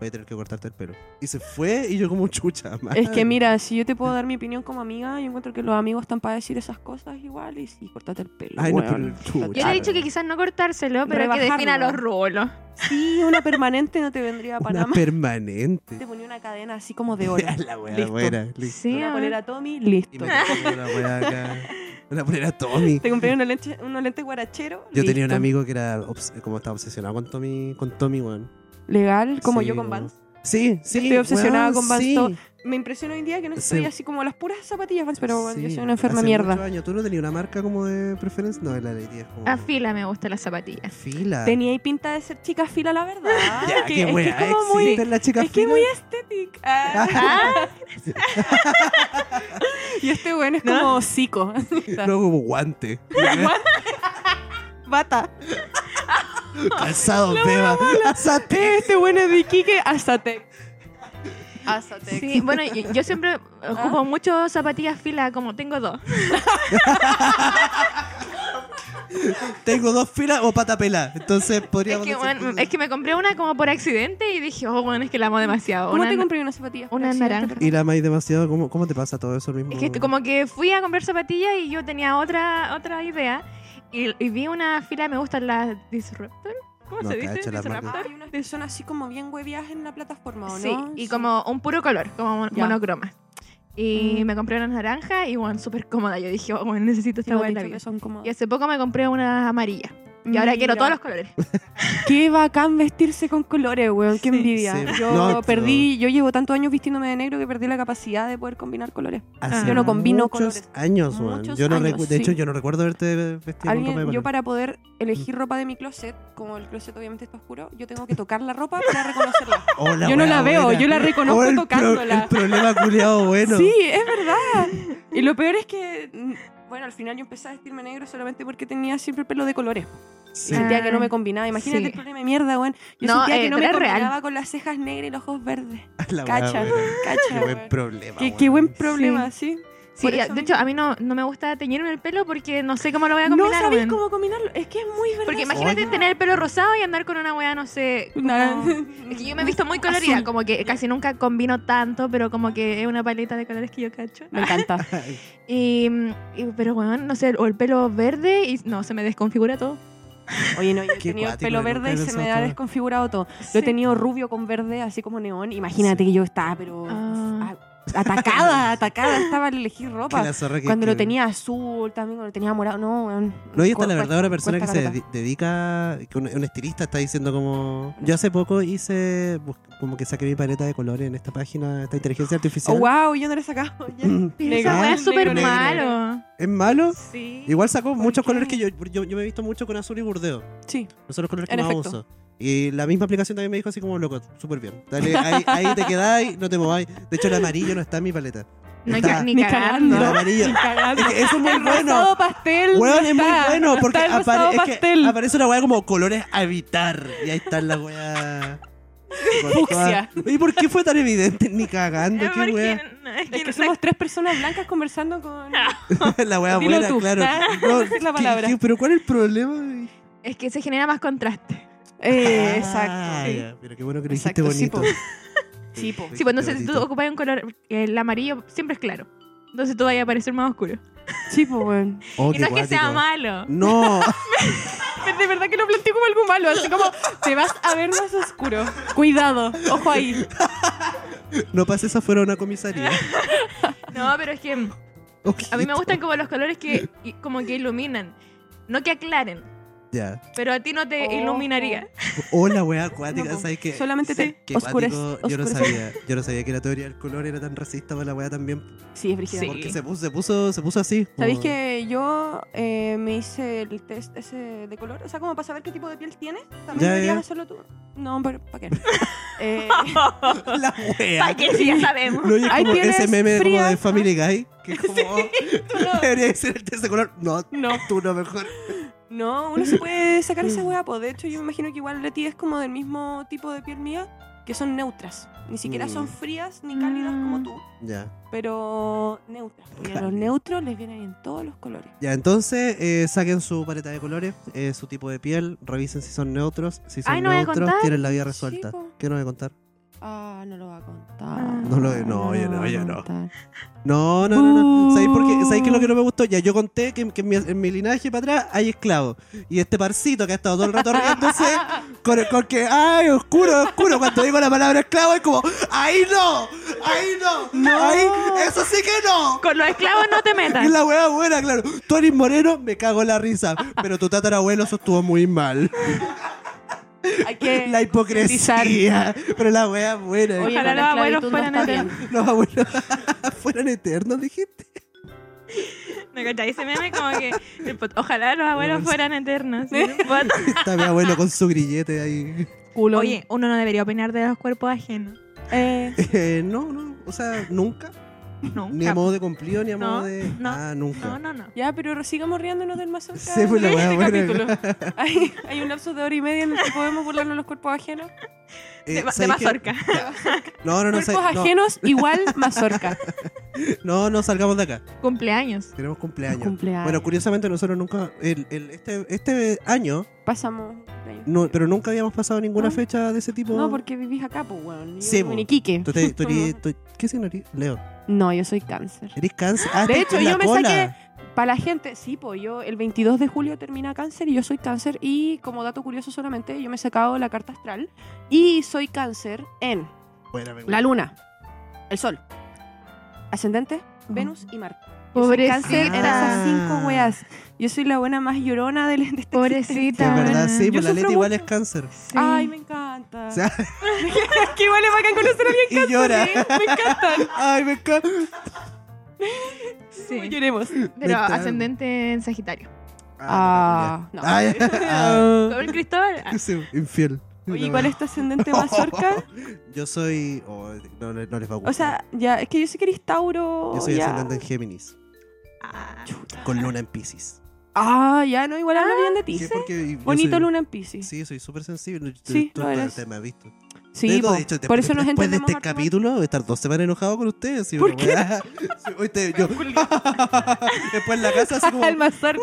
A: voy a tener que cortarte el pelo. Y se fue y yo como chucha, madre.
C: Es que mira, si yo te puedo dar mi opinión como amiga, yo encuentro que los amigos están para decir esas cosas igual y sí, cortate el pelo.
A: Ay, no,
C: weón.
A: pero chuta.
B: Yo
C: Córtate el
B: le he
A: Claro.
B: dicho que quizás no cortárselo, pero que
C: Rebajarlo.
B: defina los rulos.
C: Sí, una permanente no te vendría para nada
A: Una
C: más.
A: permanente.
C: Te ponía una cadena así como de oro.
A: la weá
C: Listo.
A: buena, listo.
B: Sí,
C: Una
B: a
C: polera Tommy,
A: Y
C: listo.
A: me compré una weá acá. Una polera Tommy.
C: Te compré unos lentes, unos lentes guaracheros.
A: Yo tenía un
C: listo.
A: amigo que era obs- como estaba obsesionado con Tommy, con Tommy, weón.
C: Legal, como
A: Sí,
C: yo con
A: weón.
C: Vans.
A: Sí, sí.
C: Estoy obsesionada
A: weón,
C: con Vans
A: sí.
C: todo. Me impresiona hoy en día que no
A: Sí.
C: estoy así como las puras zapatillas Vans, pero weón, yo
A: Sí,
C: soy una enferma
A: hace
C: mierda.
A: muchos años. ¿Tú no tenías una marca como de preferencia? No, la ley es como.
B: A fila me gustan las zapatillas.
A: Fila.
C: Ah, Tenía ahí pinta de ser chica fila, la verdad.
A: Ya,
C: que,
A: qué
C: es que
A: weá.
C: es como muy,
A: existen las chicas
C: es que es
A: fila?
C: muy estética.
B: Ah,
C: y este weón es como psico.
A: Luego como guante.
C: Bata.
A: Calzado, beba. Azate.
C: Este weón es de Iquique, Azatec. Azatec.
B: sí, Ah. bueno, yo, yo siempre ocupo mucho zapatillas fila, como tengo dos.
A: Tengo dos filas o pata pela. Entonces
B: Es
A: podríamos.
B: que,
A: decir
B: bueno, es que me compré una como por accidente y dije, oh, bueno, es que la amo demasiado.
C: ¿Cómo
B: Una-
C: te compré unas zapatillas?
B: una
C: Accidente,
B: naranja.
C: perdón.
A: Y la maíz demasiado. ¿Cómo, ¿Cómo te pasa todo eso al mismo
B: Es que como que fui a comprar zapatillas y yo tenía otra otra idea y, y vi una fila, me gustan las Disruptor. ¿Cómo
A: No,
B: se dice?
A: cacho, las
B: Disruptor.
A: marcas.
C: Ah, y unas que son así como bien hueviadas en la plataforma, ¿o ¿no?
B: Sí, y como un puro color, como mon-
C: Ya.
B: monocroma. Y
C: Mm.
B: me compré una naranja y bueno, súper cómoda. Yo dije, oh, bueno, necesito esta
C: Igual
B: buena en la
C: dicho
B: vida.
C: que son como...
B: Y hace poco me compré una amarilla. Y ahora quiero todos los colores.
C: Qué bacán vestirse con colores, weón. Qué
B: Sí.
C: envidia.
A: Sí.
C: Yo
A: No,
C: perdí, yo llevo tantos años vistiéndome de negro que perdí la capacidad de poder combinar colores.
A: Hace
B: yo
C: no combino
A: muchos
C: colores.
A: años, weón.
C: Muchos
A: Yo no
C: años,
A: recu- De hecho,
C: sí.
A: yo no recuerdo verte vestido con ropa de
C: Alguien, yo
A: color.
C: para poder elegir ropa de mi closet, como el closet obviamente está oscuro, yo tengo que tocar la ropa para reconocerla.
A: Oh, la
C: yo no
A: weá
C: la veo,
A: buena.
C: yo la
A: Oh,
C: reconozco
A: el pro-
C: tocándola.
A: el problema culiado bueno.
C: Sí, es verdad. Y lo peor es que, mm, bueno, al final yo empecé a vestirme negro solamente porque tenía siempre pelo de colores.
A: Sí.
C: Y sentía que no me combinaba. Imagínate
B: Ah, Sí.
C: el problema de mierda, weón. Yo
B: No,
C: sentía
B: eh,
C: que no me
B: era real.
C: combinaba con las cejas negras y los ojos verdes.
A: La weá
C: Cacha,
A: buena. Qué
C: cacha.
A: buen
C: weón.
A: problema.
C: Qué,
A: weón.
C: qué buen problema, sí.
B: Sí,
C: Por
B: y a-
C: eso
B: de
C: mismo.
B: hecho, a mí no, no me gusta teñirme el pelo porque no sé cómo lo voy a
C: No
B: combinar.
C: sabéis
B: weón.
C: cómo combinarlo. Es que es muy verdad.
B: Porque
C: esa
B: imagínate
C: weá.
B: tener el pelo rosado y andar con una weá, no sé. como-
C: Nada.
B: Es que yo me he visto muy colorida,
C: Azul.
B: como que casi nunca combino tanto, pero como que es una paleta de colores que yo cacho.
C: Me encanta.
B: Y, y- pero bueno, no sé, o el pelo verde y no, se me desconfigura todo.
C: Oye, no, yo he
A: Qué
C: tenido
A: cuático,
C: pelo
A: nunca
C: verde
A: he
C: y se
A: pensado
C: me ha
A: todo.
C: desconfigurado todo.
B: Sí.
C: Lo he tenido rubio con verde, así como neón. Imagínate que yo estaba, pero
B: Ah.
C: a- atacada, atacada. Estaba al elegir
A: Que
C: ropa.
A: la zorra que-
C: Cuando
A: que-
C: lo tenía azul, también cuando lo tenía morado. No, weón.
A: No, y está
C: Cu-
A: la verdad,
C: cuesta-
A: una persona que
C: cuesta
A: se
C: caleta.
A: dedi- dedica, que un, un estilista está diciendo como, yo hace poco hice, bus- como que saqué mi paleta de colores en esta página, esta inteligencia
C: Oh,
A: artificial.
C: wow, yo no le sacaba. ya.
A: Mm.
B: Pero
C: Negro,
B: Esa weá es
C: negro,
B: súper
C: negro,
B: malo.
A: ¿Es malo?
B: Sí.
A: Igual sacó muchos
C: qué?
A: colores que yo, yo, yo me he visto mucho con azul y burdeo.
C: Sí.
A: Esos son los colores que
C: En
A: más
C: efecto.
A: uso. Y la misma aplicación también me dijo así como, loco, súper bien. Dale, ahí, ahí te quedáis, no te mováis. De hecho, el amarillo no está en mi paleta.
B: No,
A: Está-
B: ca- ni,
C: Ni
B: cagando.
C: cagando.
A: El amarillo.
C: Ni cagando.
A: Es que eso es muy
C: El
A: bueno.
C: rosado pastel.
A: Weón,
C: no
A: es muy
C: está,
A: bueno
C: no
A: porque
C: está el
A: apare-
C: rosado
A: es que
C: pastel.
A: aparece una weá como colores a evitar. Y ahí está la weá. Con
C: Fucsia.
A: toda- ¿Y por qué fue tan evidente? Ni cagando,
B: Es
A: qué
B: porque-
A: wea.
B: no, es que
C: Es que
B: no-
C: somos tres personas blancas conversando con...
A: La wea
C: Dilo
A: buena,
C: tú.
A: claro.
C: Esa es la
A: ¿qué-
C: palabra.
A: qué- pero ¿cuál es el problema?
B: es que se genera más contraste.
C: Eh,
A: Ah,
C: exacto.
A: ya, Pero qué bueno que lo dijiste
C: Exacto, sí,
A: bonito.
C: po.
A: Lo
B: Sí,
C: Sí, po.
B: pues
A: dijiste
B: entonces si tú
A: bonito.
B: ocupas un color, el amarillo siempre es claro. Entonces tú vas a parecer más oscuro.
C: Sí, po, weón.
A: Oh,
B: y
A: qué
B: no es que sea
A: cuático.
B: malo.
A: No,
C: Pero de verdad que lo planteo como algo malo, así como te vas a ver más oscuro. Cuidado, ojo ahí.
A: no pases afuera de una comisaría.
B: No, pero es que a mí me
A: Ojito.
B: gustan como los colores que y- como que iluminan, no que aclaren,
A: Ya.
B: pero a ti no te
C: Ojo.
B: iluminaría.
A: O la wea acuática,
C: No, po.
A: ¿sabes qué?
C: Solamente te
A: Qué
C: oscurece.
A: cuático, yo no
C: oscurece.
A: sabía, yo no sabía que la teoría del color era tan racista para la wea también.
C: Sí, es brígido.
B: Sí.
A: Porque se puso, se puso, se puso así.
C: ¿Sabéis
A: como-
C: que yo eh, me hice el test ese de color? O sea, como para saber qué tipo de piel tienes.
A: Ya,
C: También
A: ya,
C: deberías
A: ya.
C: hacerlo tú. No, pero ¿para qué? Eh,
A: La wea.
B: ¿Para qué si ya sabemos?
A: No, y es
C: Hay
A: como ese
C: pieles
A: meme como de
C: frías.
A: Family Guy. Que es como.
C: tú no,
A: Debería ser el test de color. No,
C: no,
A: tú no mejor.
C: no, uno se puede sacar esa hueá, pues de hecho yo me imagino que igual Leti es como del mismo tipo de piel mía, que son neutras. Ni siquiera
A: Mm.
C: son frías ni cálidas como
B: Mm.
C: tú,
A: Ya.
C: pero neutras. Y a los neutros les vienen bien todos los colores.
A: Ya, entonces eh, saquen su paleta de colores, eh, su tipo de piel, revisen si son neutros. Si son
B: Ay, no voy a
A: neutros,
B: contar.
A: tienen la vida resuelta.
C: Sí, po.
A: ¿Qué no voy a contar?
C: Ah, no lo va a contar.
B: Ah.
A: No lo- no, oye, no,
C: va a
A: oye, no.
C: contar.
A: No, no, no, no. ¿Sabéis por qué? ¿Sabéis qué es lo que no me gustó? Ya yo conté que, que en, mi, en mi linaje para atrás hay esclavos. Y este parcito que ha estado todo el rato riéndose con, con que, ay, oscuro, oscuro. Cuando digo la palabra esclavo es como, ¡ay no! ¡ay no!
C: No.
A: ¡ay! ¡Eso sí que no!
B: Con los esclavos no te
A: Y
B: metas.
A: la wea buena, claro. Tú eres moreno, me cago en la risa. Pero tu tatarabuelo sostuvo muy mal.
C: Hay que
A: La hipocresía. Pero la wea buena.
C: Oye,
B: Ojalá
C: no, la
B: los abuelos
C: esclavitud no
B: fueran
C: está
B: eternos.
C: bien.
A: Los abuelos fueran eternos, dijiste.
B: ¿Me cachai? Ese meme como que el pot- ojalá los abuelos
A: Bueno,
B: fueran eternos. ¿sí? Pot-
A: Está mi abuelo con su grillete ahí.
C: Culo.
B: Oye, uno no debería opinar de los cuerpos ajenos.
C: Eh,
A: Eh, no, no, o sea, nunca. Ni a
B: Nunca.
A: modo de cumplido, ni a
B: No,
A: modo de.
B: no,
A: ah,
B: No,
A: nunca.
B: no, no.
C: ya, pero sigamos riéndonos del mazorca.
A: Sí, fue la
C: de
A: hueá buena.
C: capítulo. Hay, hay un lapso de hora y media en el que podemos burlarnos de los cuerpos ajenos.
A: Eh,
B: de, ma- de
A: ¿sabes qué?
B: mazorca.
A: No, no, no,
C: cuerpos
A: ¿sabes? no, Este
C: ajenos igual mazorca.
A: no, no salgamos de acá.
B: Cumpleaños.
A: Tenemos cumpleaños.
C: Cumpleaños.
A: Bueno, curiosamente nosotros nunca, el, el- este, este año,
C: Pasamos. cumpleaños.
A: no, pero nunca habíamos pasado ninguna
C: No.
A: fecha de ese tipo.
C: No, porque vivís acá, pues, weón. Yo
A: Sí,
C: vivo en
A: po.
C: Iquique.
A: Tú te- tú eres- tú- ¿Qué signo eres? Leo.
C: No, yo soy cáncer.
A: ¿Eres cáncer? Ah,
C: De
A: estás
C: hecho,
A: en la
C: yo me
A: cola.
C: saqué- Para la gente, sí, pues yo el 22 de julio termina cáncer y yo soy cáncer y como dato curioso solamente, yo me he sacado la carta astral y soy cáncer en
A: Buena, me
C: la luna, el sol, ascendente, Venus y Marte. Yo soy
B: Pobrecita.
C: cáncer en esas cinco weas. Yo soy la buena más llorona del de este
A: Sí, es
B: Pobrecita.
A: verdad, sí,
C: Yo
A: pues la
C: sufro
A: Leti igual es
C: mucho.
A: cáncer.
B: Sí.
C: Ay, me encanta.
A: O sea,
C: que igual es bacán conocer a alguien
A: y llora.
C: cáncer, ¿eh? Me encantan.
A: Ay, me encanta.
B: Sí.
C: Lloremos.
B: Pero
A: Está-
B: ascendente en Sagitario.
A: Ah,
C: Ah,
A: no.
C: no.
A: Ay, ah,
B: Sobre el Cristóbal. ah,
A: sí, infiel.
C: Oye,
A: No,
C: ¿cuál
A: no.
C: es tu ascendente mazorca?
A: Yo soy. oh, no, le- no les va a gustar.
C: O sea, ya, es que yo sé que eres Tauro.
A: yo soy
C: ya.
A: ascendente en Géminis,
B: ah,
A: con luna en Pisces.
C: Ah, ya, no, igual habla bien de ti.
A: Sí, porque yo
C: Bonito
A: soy-
C: luna en Piscis. Sí,
A: Sí, soy súper sensible. Tú-
C: Sí,
A: tú
C: lo
A: te-
C: eres.
A: te me has visto.
C: po,
A: de hecho, de-
C: por eso nos
A: después de este
C: entendemos. harto más.
A: capítulo, voy a estar dos semanas enojado con ustedes. sí,
C: ¿Por
A: una weá. Sí, hoy te- yo, después en la casa, así como
C: El más cerca.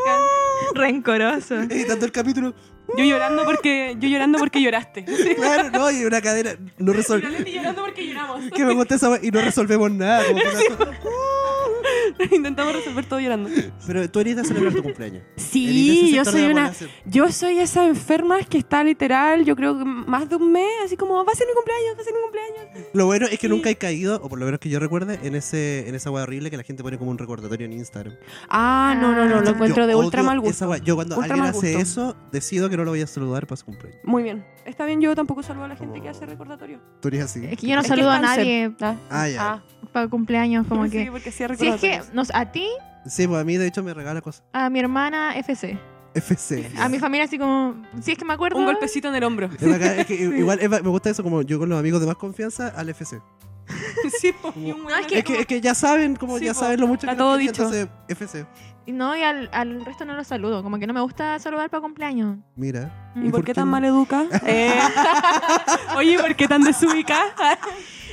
B: Rencoroso.
A: editando el capítulo.
C: Yo llorando porque yo llorando porque lloraste.
A: Claro, no, y una cadena. No
C: Y
A: resol-
C: la Leti llorando porque lloramos.
A: que me gusta esa weá, y no resolvemos nada. como que una cosa-
C: Intentamos resolver todo llorando.
A: Pero tú eres de celebrar tu cumpleaños. Eres de
C: Sí,
A: ese
C: yo
A: sector de
C: soy
A: la
C: una
A: población.
C: yo soy esa enferma que está literal, yo creo que más de un mes, así como va a ser mi cumpleaños, va a ser mi cumpleaños.
A: Lo bueno es que nunca he caído, o por lo menos que yo recuerde, en ese en esa weá horrible que la gente pone como un recordatorio en Instagram.
C: Ah, no, no, no,
B: Yo
C: lo encuentro de
A: Yo
C: ultra
A: odio
C: mal gusto.
A: esa weá. Yo cuando
C: Ultra
A: alguien
C: mal
A: hace
C: gusto.
A: eso, decido que no lo voy a saludar para su cumpleaños.
C: Muy bien. Está bien, yo tampoco saludo a la gente
A: Como-
C: que hace recordatorio.
A: Tú eres así.
B: Es que yo no
C: Es que
B: saludo a
C: es cáncer.
B: nadie
A: Ah, ya.
C: Ah,
B: para cumpleaños, como
C: sí,
B: que.
C: porque sí hay
B: Si es que
C: recordatorios.
B: nos, a ti,
A: Sí, pues a mí de hecho me regala cosas.
B: a mi hermana FC,
A: FC.
B: a mi familia así como, si es que me acuerdo.
C: Un golpecito en el hombro.
A: Es bacán, es que igual es ba- me gusta eso, como yo con los amigos de más confianza al FC.
C: sí, po, y un
B: No,
C: weón
B: es
A: Es
B: que-
A: que, es que ya saben, como
C: Sí,
A: ya
C: po,
A: saben lo mucho
C: está
A: que
C: todo
A: nos quieren,
C: dicho.
A: entonces, FC.
B: Y No, y al, al resto no los saludo. Como que no me gusta saludar para cumpleaños.
A: Mira.
C: ¿Y por qué tan
A: no?
C: maleduca? Eh, Oye, ¿por qué tan desubicada?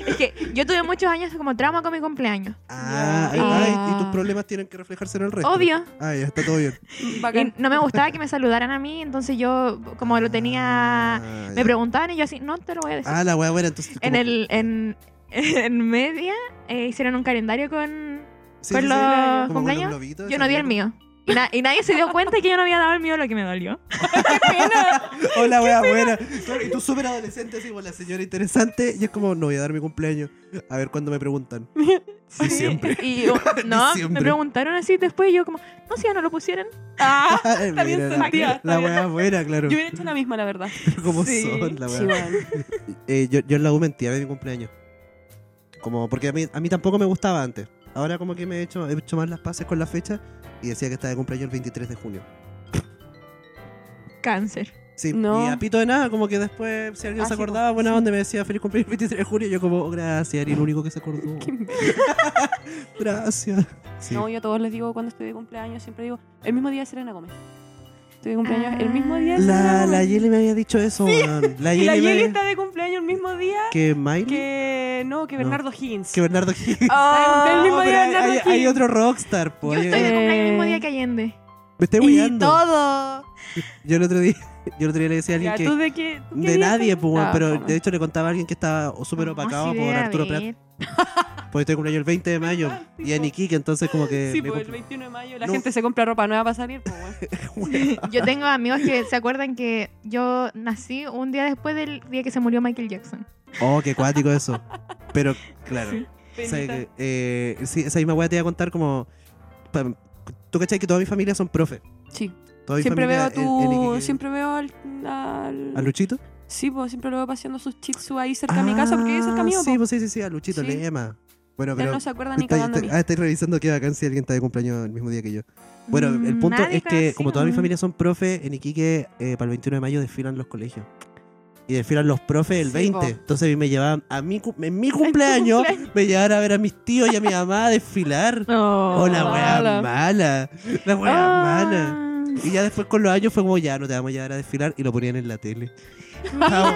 B: Es que yo tuve muchos años como trauma con mi cumpleaños.
A: Ah,
C: Ya.
A: ay,
B: Ah.
A: y tus problemas tienen que reflejarse en el resto.
B: Obvio.
A: Ah, ya está todo bien.
B: Y no me gustaba que me saludaran a mí, entonces yo como lo tenía...
A: Ah,
B: Me
A: ya.
B: preguntaban y yo así, no te lo voy a decir.
A: Ah, la wea buena, entonces.
B: en
A: como-
B: el... En, en media eh, hicieron un calendario con...
A: Sí,
B: con
A: sí, sí,
B: los
A: como con
B: cumpleaños,
A: un globito,
B: Yo
A: esa
B: no di el
A: mierda.
B: mío. Y, na- y nadie se dio cuenta que yo no había dado el mío, lo que me dolió.
A: Hola, wea buena. Claro, y tú súper adolescente, así como la señora interesante. Y es como, no voy a dar mi cumpleaños. A ver cuándo me preguntan. Sí, siempre.
B: Y yo- no, me
A: Diciembre.
B: preguntaron así después y yo como, no, si ya no lo pusieron.
C: Ah,
A: Ay,
C: Está bien
A: mira,
C: sentida,
A: la-
C: está
A: La
C: bien.
A: wea buena, claro.
C: yo hubiera hecho la misma, la verdad.
A: Como
B: Sí.
A: son, la wea.
C: Sí, weón.
A: Eh, yo, yo en la U mentía de mi cumpleaños. Como, porque a mí, a mí tampoco me gustaba antes. Ahora como que me he hecho, he hecho más las paces con la fecha y decía que estaba de cumpleaños el 23 de junio.
B: Cáncer.
A: Sí,
C: No.
A: y a pito de nada, como que después, si alguien
C: Ah,
A: se
C: sí,
A: acordaba,
C: pues,
A: buena
C: sí.
A: onda, me decía feliz cumpleaños el 23 de junio. Y yo como, "Oh, gracias, eres el único que se acordó.
C: Qué imbécil.
A: Gracias. Sí.
C: No, yo a todos les digo cuando estoy de cumpleaños, siempre digo, el mismo día de Serena Gómez. Estoy de cumpleaños el mismo día de Selena
A: La,
C: Gómez.
A: la Yeli me había dicho eso, weón. La
C: Y
A: Yeli me
C: la Yeli
A: había-
C: está de cumpleaños el mismo día
A: Que Miley, que,
C: que... No, que
A: No.
C: Bernardo Higgins.
A: Bernardo Higgins.
C: Ah, el mismo
A: No,
C: día
A: pero
C: de
A: hay,
C: Bernardo
A: hay- hay
C: Higgins.
A: otro rockstar, po.
B: Yo estoy de
A: Hay-
C: Eh,
B: cumpleaños el mismo día que Allende.
A: Me estoy
C: Y
A: guiando.
C: todo.
A: Yo el otro día, yo el otro día le decía a alguien
C: Ya,
A: que...
C: ¿tú de qué? tú qué
A: De
C: día
A: nadie,
C: estás?
A: pues, weón,
C: Ah,
A: pero
C: fome.
A: de hecho le contaba a alguien que estaba súper
B: No,
A: opacado
B: sí,
A: por
B: a
A: Arturo
B: ver.
A: Prat, porque estoy cumpleaños el 20 de mayo
C: Ah, sí,
A: y en
C: po.
A: Iquique, entonces como que...
C: Sí,
A: eh, me
C: pues el
A: compro-
C: 21 de mayo la
A: No.
C: gente se compra ropa nueva para salir, pues, weón.
B: Yo tengo amigos que se acuerdan que yo nací un día después del día que se murió Michael Jackson.
A: Oh, qué cuático eso. Pero, claro, o sea,
C: Penita.
A: que, eh, sí, esa misma weá te iba a contar como... pa- Tú cachai que toda mi familia son profes.
C: Sí.
A: Toda mi
C: Siempre veo
A: familia
C: a
A: en- en
C: tu...
A: Iquique.
C: Siempre veo al... al-
A: ¿A Luchito?
C: Sí, pues siempre lo veo paseando sus chitsu ahí cerca de mi casa, porque es cerca
A: Ah,
C: mío,
A: Sí,
C: po.
A: pues sí, sí, sí, a Luchito,
C: Sí.
A: Lema. Bueno,
C: Él
A: pero...
C: no se acuerda ni
A: estáis-
C: cagando a mí.
A: estáis- ah, estáis revisando que acá si alguien está de cumpleaños el mismo día que yo. Bueno, el
B: Mm,
A: punto
B: nadie
A: es que,
B: conocí,
A: como toda mi
B: ¿no?
A: familia son profes, en Iquique eh, para el 21 de mayo desfilan los colegios. Y desfilan los profes el
C: Sí,
A: 20.
C: po.
A: Entonces a mí me llevaban, a mi, cu- en mi cumpleaños, me llevaban a ver a mis tíos y a mi mamá a desfilar.
B: Oh,
A: Oh, la weá
C: mala.
A: mala. La weá
B: Ah.
A: mala. Y ya después con los años fue como, ya no te vamos a llevar a desfilar. Y lo ponían en la tele. Estaba,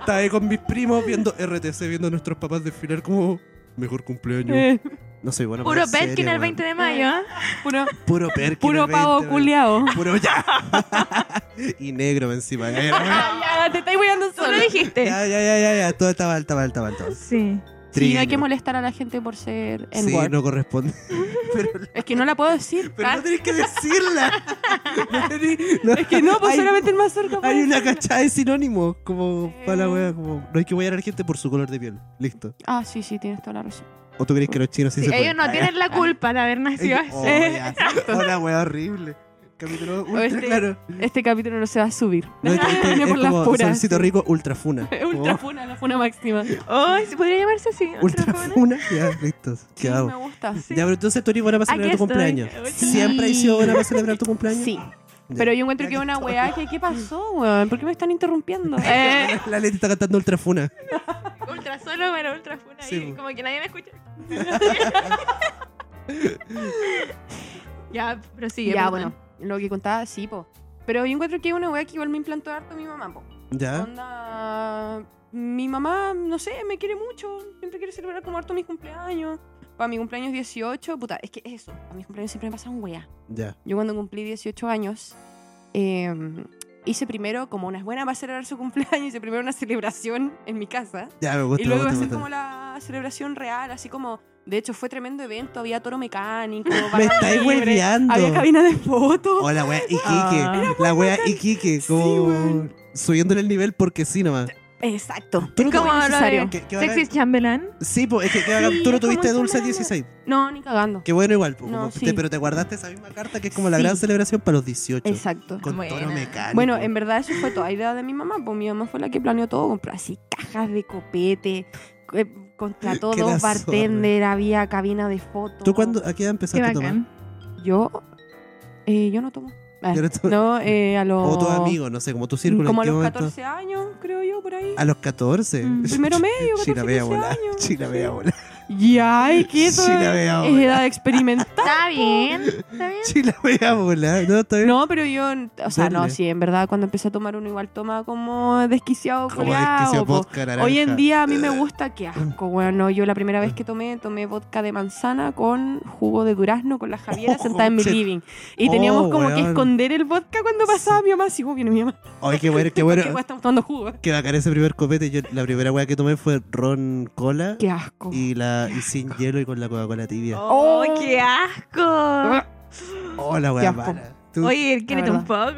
A: estaba ahí con mis primos viendo RTC, viendo a nuestros papás desfilar como mejor cumpleaños.
C: Eh,
A: No soy bueno.
B: Puro
A: para la
B: Perkin
A: serie, weón.
B: el 20 de mayo, ¿eh?
C: ¿ah? puro
A: Puro Perkin.
C: puro
A: el 20,
C: pago
A: weón.
C: culiao.
A: Puro ya. y negro encima. Ya, ya,
C: Ah, ya, te estáis weando
B: Tú lo dijiste.
A: ya, ya, ya, ya. Todo está mal, está mal, está mal. Está mal.
B: Sí.
C: Sí, no hay
A: Trigger.
C: que molestar a la gente por ser en
A: Sí, no corresponde. pero
C: Es que no la puedo decir. ¿ah?
A: pero no tenés que decirla. No tenés-
C: Es que no, pues
A: hay,
C: solamente el más cerca. puede
A: Hay una
C: decirla.
A: cachada de sinónimos. Como
C: Sí.
A: para la wea. Como, no hay que huear a la gente por su color de piel. Listo.
C: Ah, sí, sí, tienes toda la razón.
A: ¿O tú crees que los chinos sí,
B: Sí,
A: se
B: ellos
A: pueden?
B: no tienen la culpa de haber nacido
A: Ellos-
B: así.
A: Oh, ya. Una wea horrible. Capítulo ultra
C: este-
A: claro.
C: Este capítulo no se va a subir.
A: No, este- este-
C: Viene
A: es
C: por las
A: como
C: puras,
A: Solcito
C: sí.
A: Rico Oh. ultrafuna.
C: Ultra funa, la funa máxima. Sí,
B: Ay, ¿se podría llamarse así.
A: Oh, ultrafuna. Ya, listo. Quedamos.
C: me gusta. Sí.
A: Ya, pero entonces tú eres buena para
B: Aquí
A: celebrar tu
B: estoy.
A: cumpleaños.
B: Sí.
A: ¿Siempre has sido buena para celebrar tu cumpleaños?
C: Sí.
A: Ya.
C: Pero yo encuentro
A: Ya
C: que es una
A: estoy.
C: weá que, ¿qué pasó, weón? ¿Por qué me están interrumpiendo? Eh,
A: La Leti está cantando ultrafuna.
B: Ultra solo, pero ultra funa.
A: oh. Sí, pues.
B: ahí,
A: po.
B: como que nadie me escucha. ya, pues, pero sí.
C: ya, bueno, lo que contaba, sí, po. Pero yo encuentro que es una weá que igual me implantó harto mi mamá, po.
A: ¿Ya?
C: Onda, mi mamá, no sé, me quiere mucho. Siempre quiere celebrar como harto mis cumpleaños. Para mi cumpleaños 18, puta, es que eso. A mis cumpleaños siempre me pasan weá.
A: Ya.
C: Yo cuando cumplí 18 años, eh, hice primero, como una buena para celebrar su cumpleaños, hice primero una celebración en mi casa.
A: Ya, me gusta,
C: Y
A: me
C: luego
A: gusta, me
C: hacer
A: gusta.
C: como la celebración real, así como... De hecho, fue tremendo evento, había toro mecánico,
A: Me
C: barra
A: estáis
C: libre,
A: hueveando.
C: Había cabina de fotos.
A: Hola, wea Iquique.
B: Ah. Era
A: la wea Iquique. Como
C: weón.
A: subiéndole el nivel porque sí nomás.
C: Exacto.
A: Tú no
B: como
A: tuviste-
B: lo
C: necesario.
B: de
A: ¿Qué- qué bacán?
B: Sexy Chamberlain.
A: Sí, pues es que qué bacán,
C: Sí,
A: tú no
C: es como
A: tuviste
C: esa
A: Dulce
C: wea.
A: 16.
C: No, ni cagando.
A: Qué bueno igual, pues,
C: No,
A: como-
C: sí.
A: te- pero te guardaste esa misma carta que es como la
C: Sí.
A: gran celebración para los 18.
C: Exacto.
A: Con tono
B: Buena.
A: mecánico.
C: Bueno, em- en verdad eso fue toda idea de mi mamá, pues mi mamá fue la que planeó todo, compró así cajas de copete, eh, contrató
A: Que la
C: dos bartender, había cabina de fotos.
A: ¿Tú cuándo, a qué edad
B: Qué
A: empezaste a tomar?
B: bacán.
C: Yo, eh, yo no tomo. Ah,
A: Yo no estoy-
C: no, eh, a los.
A: O tus amigos, no sé, como tu círculo. Ah.
C: Como a
A: ¿en qué
C: los
A: momento?
C: 14 años, creo yo, por ahí.
A: A los 14.
B: Mm.
C: Primero medio,
A: Chila
C: 14,
A: vea
C: 15
A: volar.
C: años.
A: Chila vea volar.
C: Ya, ay, que eso
A: Sí,
C: es,
A: la veo
C: es
A: ahora.
C: edad experimental.
B: Está bien, está bien.
A: Chila vea volar. No, está bien.
C: No, pero yo, o sea, no,
A: Dale.
C: sí, en verdad, cuando empecé a tomar uno igual toma como desquiciado,
A: Como
C: culiao,
A: desquicio
C: po.
A: vodka naranja. Eh. Mm.
C: Hoy en día a mí me gusta, qué asco, bueno, yo la primera vez que tomé, tomé vodka de manzana con jugo de durazno con la Javiera
A: Oh,
C: sentada en mi
A: che.
C: living. Y teníamos
A: Oh,
C: como que
A: weón.
C: esconder el vodka cuando pasaba mi mamá, así como viene mi mamá,
A: Ay, qué bueno, qué
C: que
A: bueno.
C: estamos tomando jugo.
A: Que bacán ese primer copete. Yo, la primera weá que tomé fue ron cola
C: Qué asco.
A: y la y sin hielo y con la Coca-Cola tibia.
B: ¡Oh, qué asco!
A: Oh, la
C: qué
A: weá
C: asco.
A: mala. Tú-
B: Oye, quiérete un poco.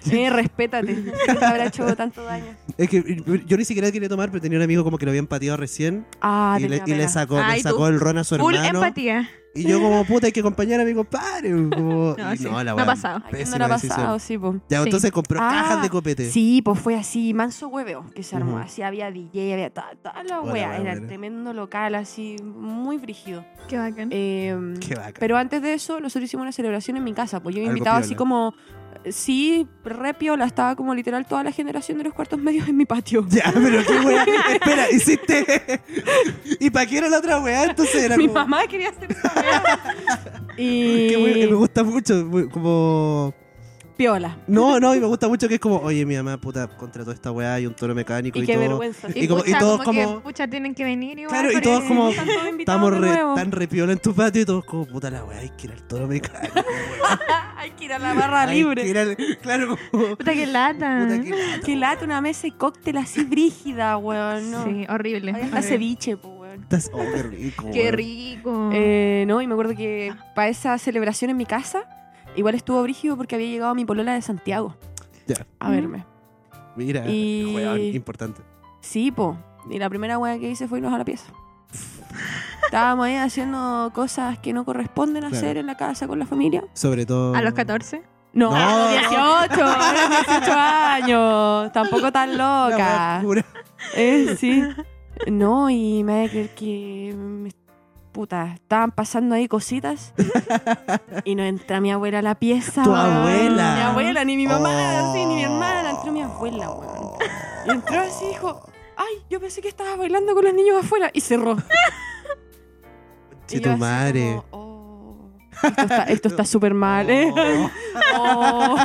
C: Sí, Eh, respétate, no te habrá hecho tanto daño.
A: es que yo ni siquiera quería tomar, pero tenía un amigo como que lo habían pateado recién
C: Ah,
A: y, le,
C: tenía
A: y le
C: pena.
A: sacó, le
B: Ay, tú.
A: sacó el ron a su
B: Full
A: hermano.
B: empatía.
A: Y yo como puta hay que acompañar a mi compadre. como-
B: No,
A: y
B: sí,
A: no, la
B: no
A: weá,
B: ha pasado.
C: Ay, ¿qué no
A: pésima
C: era
A: decisión.
C: pasado? Sí, pues.
A: Ya,
B: Sí.
A: entonces compró
C: Ah,
A: cajas de copete.
C: Sí, pues fue así, manso hueveo que se armó.
A: Ujú.
C: Así había DJ, había toda, toda la
A: Hola,
C: wea. Era
A: wea.
C: tremendo local, así, muy brígido.
B: Qué bacán.
C: Eh,
A: Qué bacán.
C: pero antes de eso, nosotros hicimos una celebración en mi casa. Pues yo
A: Algo
C: invitaba así
A: piola.
C: como. Sí, re piola, estaba como literal toda la generación de los cuartos medios en mi patio.
A: Ya, pero qué weá. Espera, hiciste. ¿Y para qué era la otra weá? Entonces era
C: Mi
A: como-
C: mamá quería hacer esa wea.
A: Qué weá,
C: y.
A: me gusta mucho. muy- Como.
C: Piola.
A: No, no, y me gusta mucho que es como, oye, mi mamá puta contrató esta weá y un toro mecánico y,
C: Y qué
A: todo.
C: vergüenza.
A: y como- y
B: pucha,
A: todos
B: que,
A: como-
B: pucha, tienen que venir igual.
A: Claro, y
B: porque-
A: todos como-
C: Están todos invitados
A: Estamos
C: de
A: re,
C: nuevo.
A: tan repiola en tu patio y todos como, puta la weá, hay que ir al toro mecánico. weá.
C: Hay que ir a la barra
A: Hay
C: libre.
A: que ir al- Claro, como.
B: Puta, qué lata.
A: Puta, qué lata.
C: Que lata una mesa y cóctel así brígida, weón. No.
B: Sí, horrible.
C: Hay hasta
B: horrible.
C: ceviche, po, weón.
A: Estás- oh, qué rico.
B: Qué
A: weón.
B: rico.
C: Eh, no, y me acuerdo que para esa celebración en mi casa, igual estuvo brígido porque había llegado mi polola de Santiago.
A: Ya.
C: A verme.
A: Mira,
C: Y-
A: weón, importante.
C: Sí, po. Y la primera weá que hice fue irnos a la pieza. Estábamos ahí haciendo cosas que no corresponden
A: Claro.
C: hacer en la casa con la familia.
A: Sobre todo.
B: a los 14.
C: No,
A: No.
C: a los 18, a los 18 años. Tampoco tan
A: La weá
C: loca.
A: pura.
C: Eh, sí. No, y me voy a creer que. me- Puta, estaban pasando ahí cositas. y no entra mi abuela a la pieza.
A: Tu
C: weón.
A: abuela.
C: Mi abuela, ni mi mamá,
A: Oh.
C: sí, ni mi hermana. Entró mi abuela, weón. Y entró así y dijo: Ay, yo pensé que estabas bailando con los niños afuera. Y cerró.
A: Che,
C: Y yo
A: tu
C: así
A: madre.
C: como, "Oh, Esto está- esto está súper mal, ¿eh?
A: Oh.
C: Oh,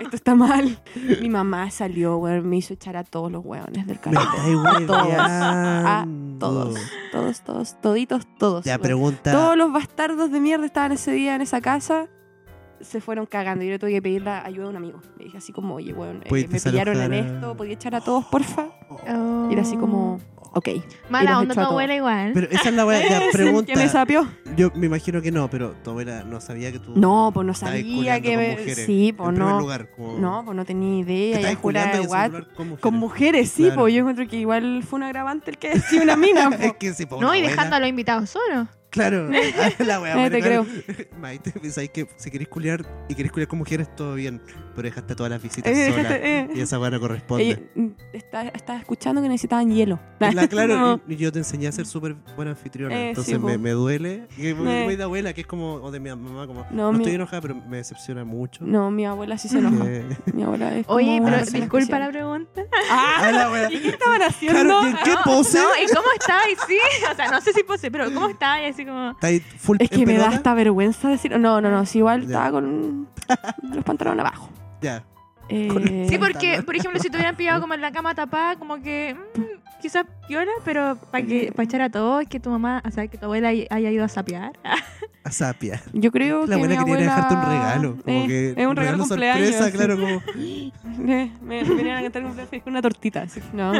C: esto está mal. Mi mamá salió, weón, me hizo echar a todos los weones del
A: Me
C: cartel.
A: estáis
C: "Ah, todos,
A: hueveando.
C: Todos, todos, todos, toditos, todos.
A: La
C: weón.
A: pregunta.
C: Todos los bastardos de mierda estaban ese día en esa casa. Se fueron cagando. Yo le tuve que pedir la ayuda a un amigo. Le dije así como, oye, weón, eh,
A: ¿Puedes
C: me pillaron en
A: desalojar a-
C: esto, podía echar a todos, porfa.
A: Oh,
C: Y era así como, ok.
B: Mala
C: los
B: onda tu
C: echó a todos.
B: abuela igual.
A: Pero esa es la weá. La pregunta.
C: ¿Qué me sapió?
A: Yo me imagino que no, pero tu abuela no sabía que tú.
C: No, pues no
A: estabas
C: sabía
A: culeando
C: que
A: con
C: me-
A: mujeres,
C: Sí,
A: en
C: pues
A: primer
C: no.
A: lugar, como-
C: No, pues no tenía
A: te
C: idea.
A: estabas
C: Ya juraba
A: culeando y en
C: what.
A: segundo lugar con mujeres.
C: Con mujeres, sí,
A: Claro.
C: pues yo encuentro que igual fue un agravante el que decía una mina. po.
A: Es que sí, po,
B: no,
A: una
B: y
A: abuela-
B: dejando a los invitados solos.
A: Claro, ah, la wea,
C: Eh, te
A: claro. Maite, pensáis que si querés culiar y querés culiar con mujeres, todo bien, pero dejaste a todas las visitas
C: Eh,
A: solas.
C: dejaste- eh.
A: Y esa weá no corresponde.
C: Ella mm, está- estaba escuchando que necesitaban hielo.
A: La, claro,
C: No.
A: y- y yo te enseñé a ser súper buena anfitriona,
C: Eh,
A: entonces
C: sí,
A: me,
C: po.
A: me duele. Y muy,
C: Eh.
A: muy de abuela, que es como, o de mi mamá, como, no,
C: No,
A: estoy
C: mi,
A: enojada, pero me decepciona mucho.
C: no, mi abuela sí se enoja.
A: Eh,
C: Mi abuela es como
B: Oye,
C: una
B: pero
C: persona
B: disculpa la
C: especial.
B: pregunta.
A: ah, la wea.
C: ¿Y qué estaban haciendo?
A: Claro, ¿y en qué pose?
B: No, ¿y cómo estaba? Y sí, o sea, no sé si pose, pero ¿cómo estaba? Y así como...
A: Está ahí full
C: Es que
A: en
C: me da
A: pelota.
C: hasta vergüenza decir. No, no, no, si igual
A: Ya.
C: estaba con los pantalones abajo.
A: Ya. Con-
C: Eh,
B: Sí, porque, por ejemplo, si te hubieran pillado como en la cama tapada, como que mm, quizás piola, pero para que para echar a todos, que tu mamá, o sea, que tu abuela haya ido a sapear.
A: A Sapia.
C: yo creo
A: La
C: que.
A: abuela
C: mi
A: quería
C: abuela-
A: dejarte un regalo. Como
C: Eh,
A: que
C: es un regalo, cumpleaños.
A: sorpresa,
C: así.
A: claro, como. "Oh,
C: Me, me venían a cantar un cumpleaños con una tortita. así. No.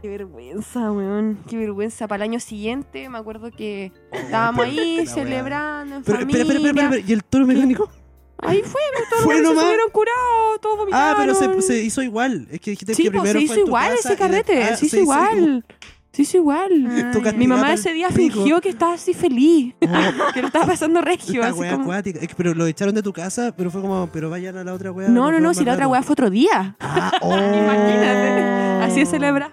C: qué vergüenza, weón. Qué vergüenza. Para el año siguiente, me acuerdo que estábamos ahí
A: La wea.
C: celebrando, en
A: Pero, espera,
C: familia.
A: espera, espera, espera, espera, ¿y el toro mecánico?
C: Ahí fue, todos
A: Fue
C: los niños se
A: nomás.
C: subieron curados, todos vomitaron.
A: Ah, pero se, se hizo igual. Es que dijiste
C: Sí,
A: que
C: pues,
A: primero
C: se
A: fue
C: hizo
A: en tu
C: igual
A: casa
C: ese
A: y la-
C: carrete.
A: Ah,
C: se hizo igual. Se hizo igual.
B: Ah,
A: Tú
B: ya.
C: Mi
A: Te
C: mamá
A: mata
C: ese
A: el
C: día
A: pico.
C: fingió que estaba así feliz,
A: Oh,
C: que lo estaba pasando regio.
A: la
C: así
A: wea
C: como-
A: acuática. Es que, pero lo echaron de tu casa, pero fue como, pero vayan a la otra wea.
C: No,
A: nos
C: no,
A: vemos
C: no,
A: más
C: si la otra
A: rato.
C: weá fue otro día.
A: Ah, oh.
C: Imagínate. Así es celebra.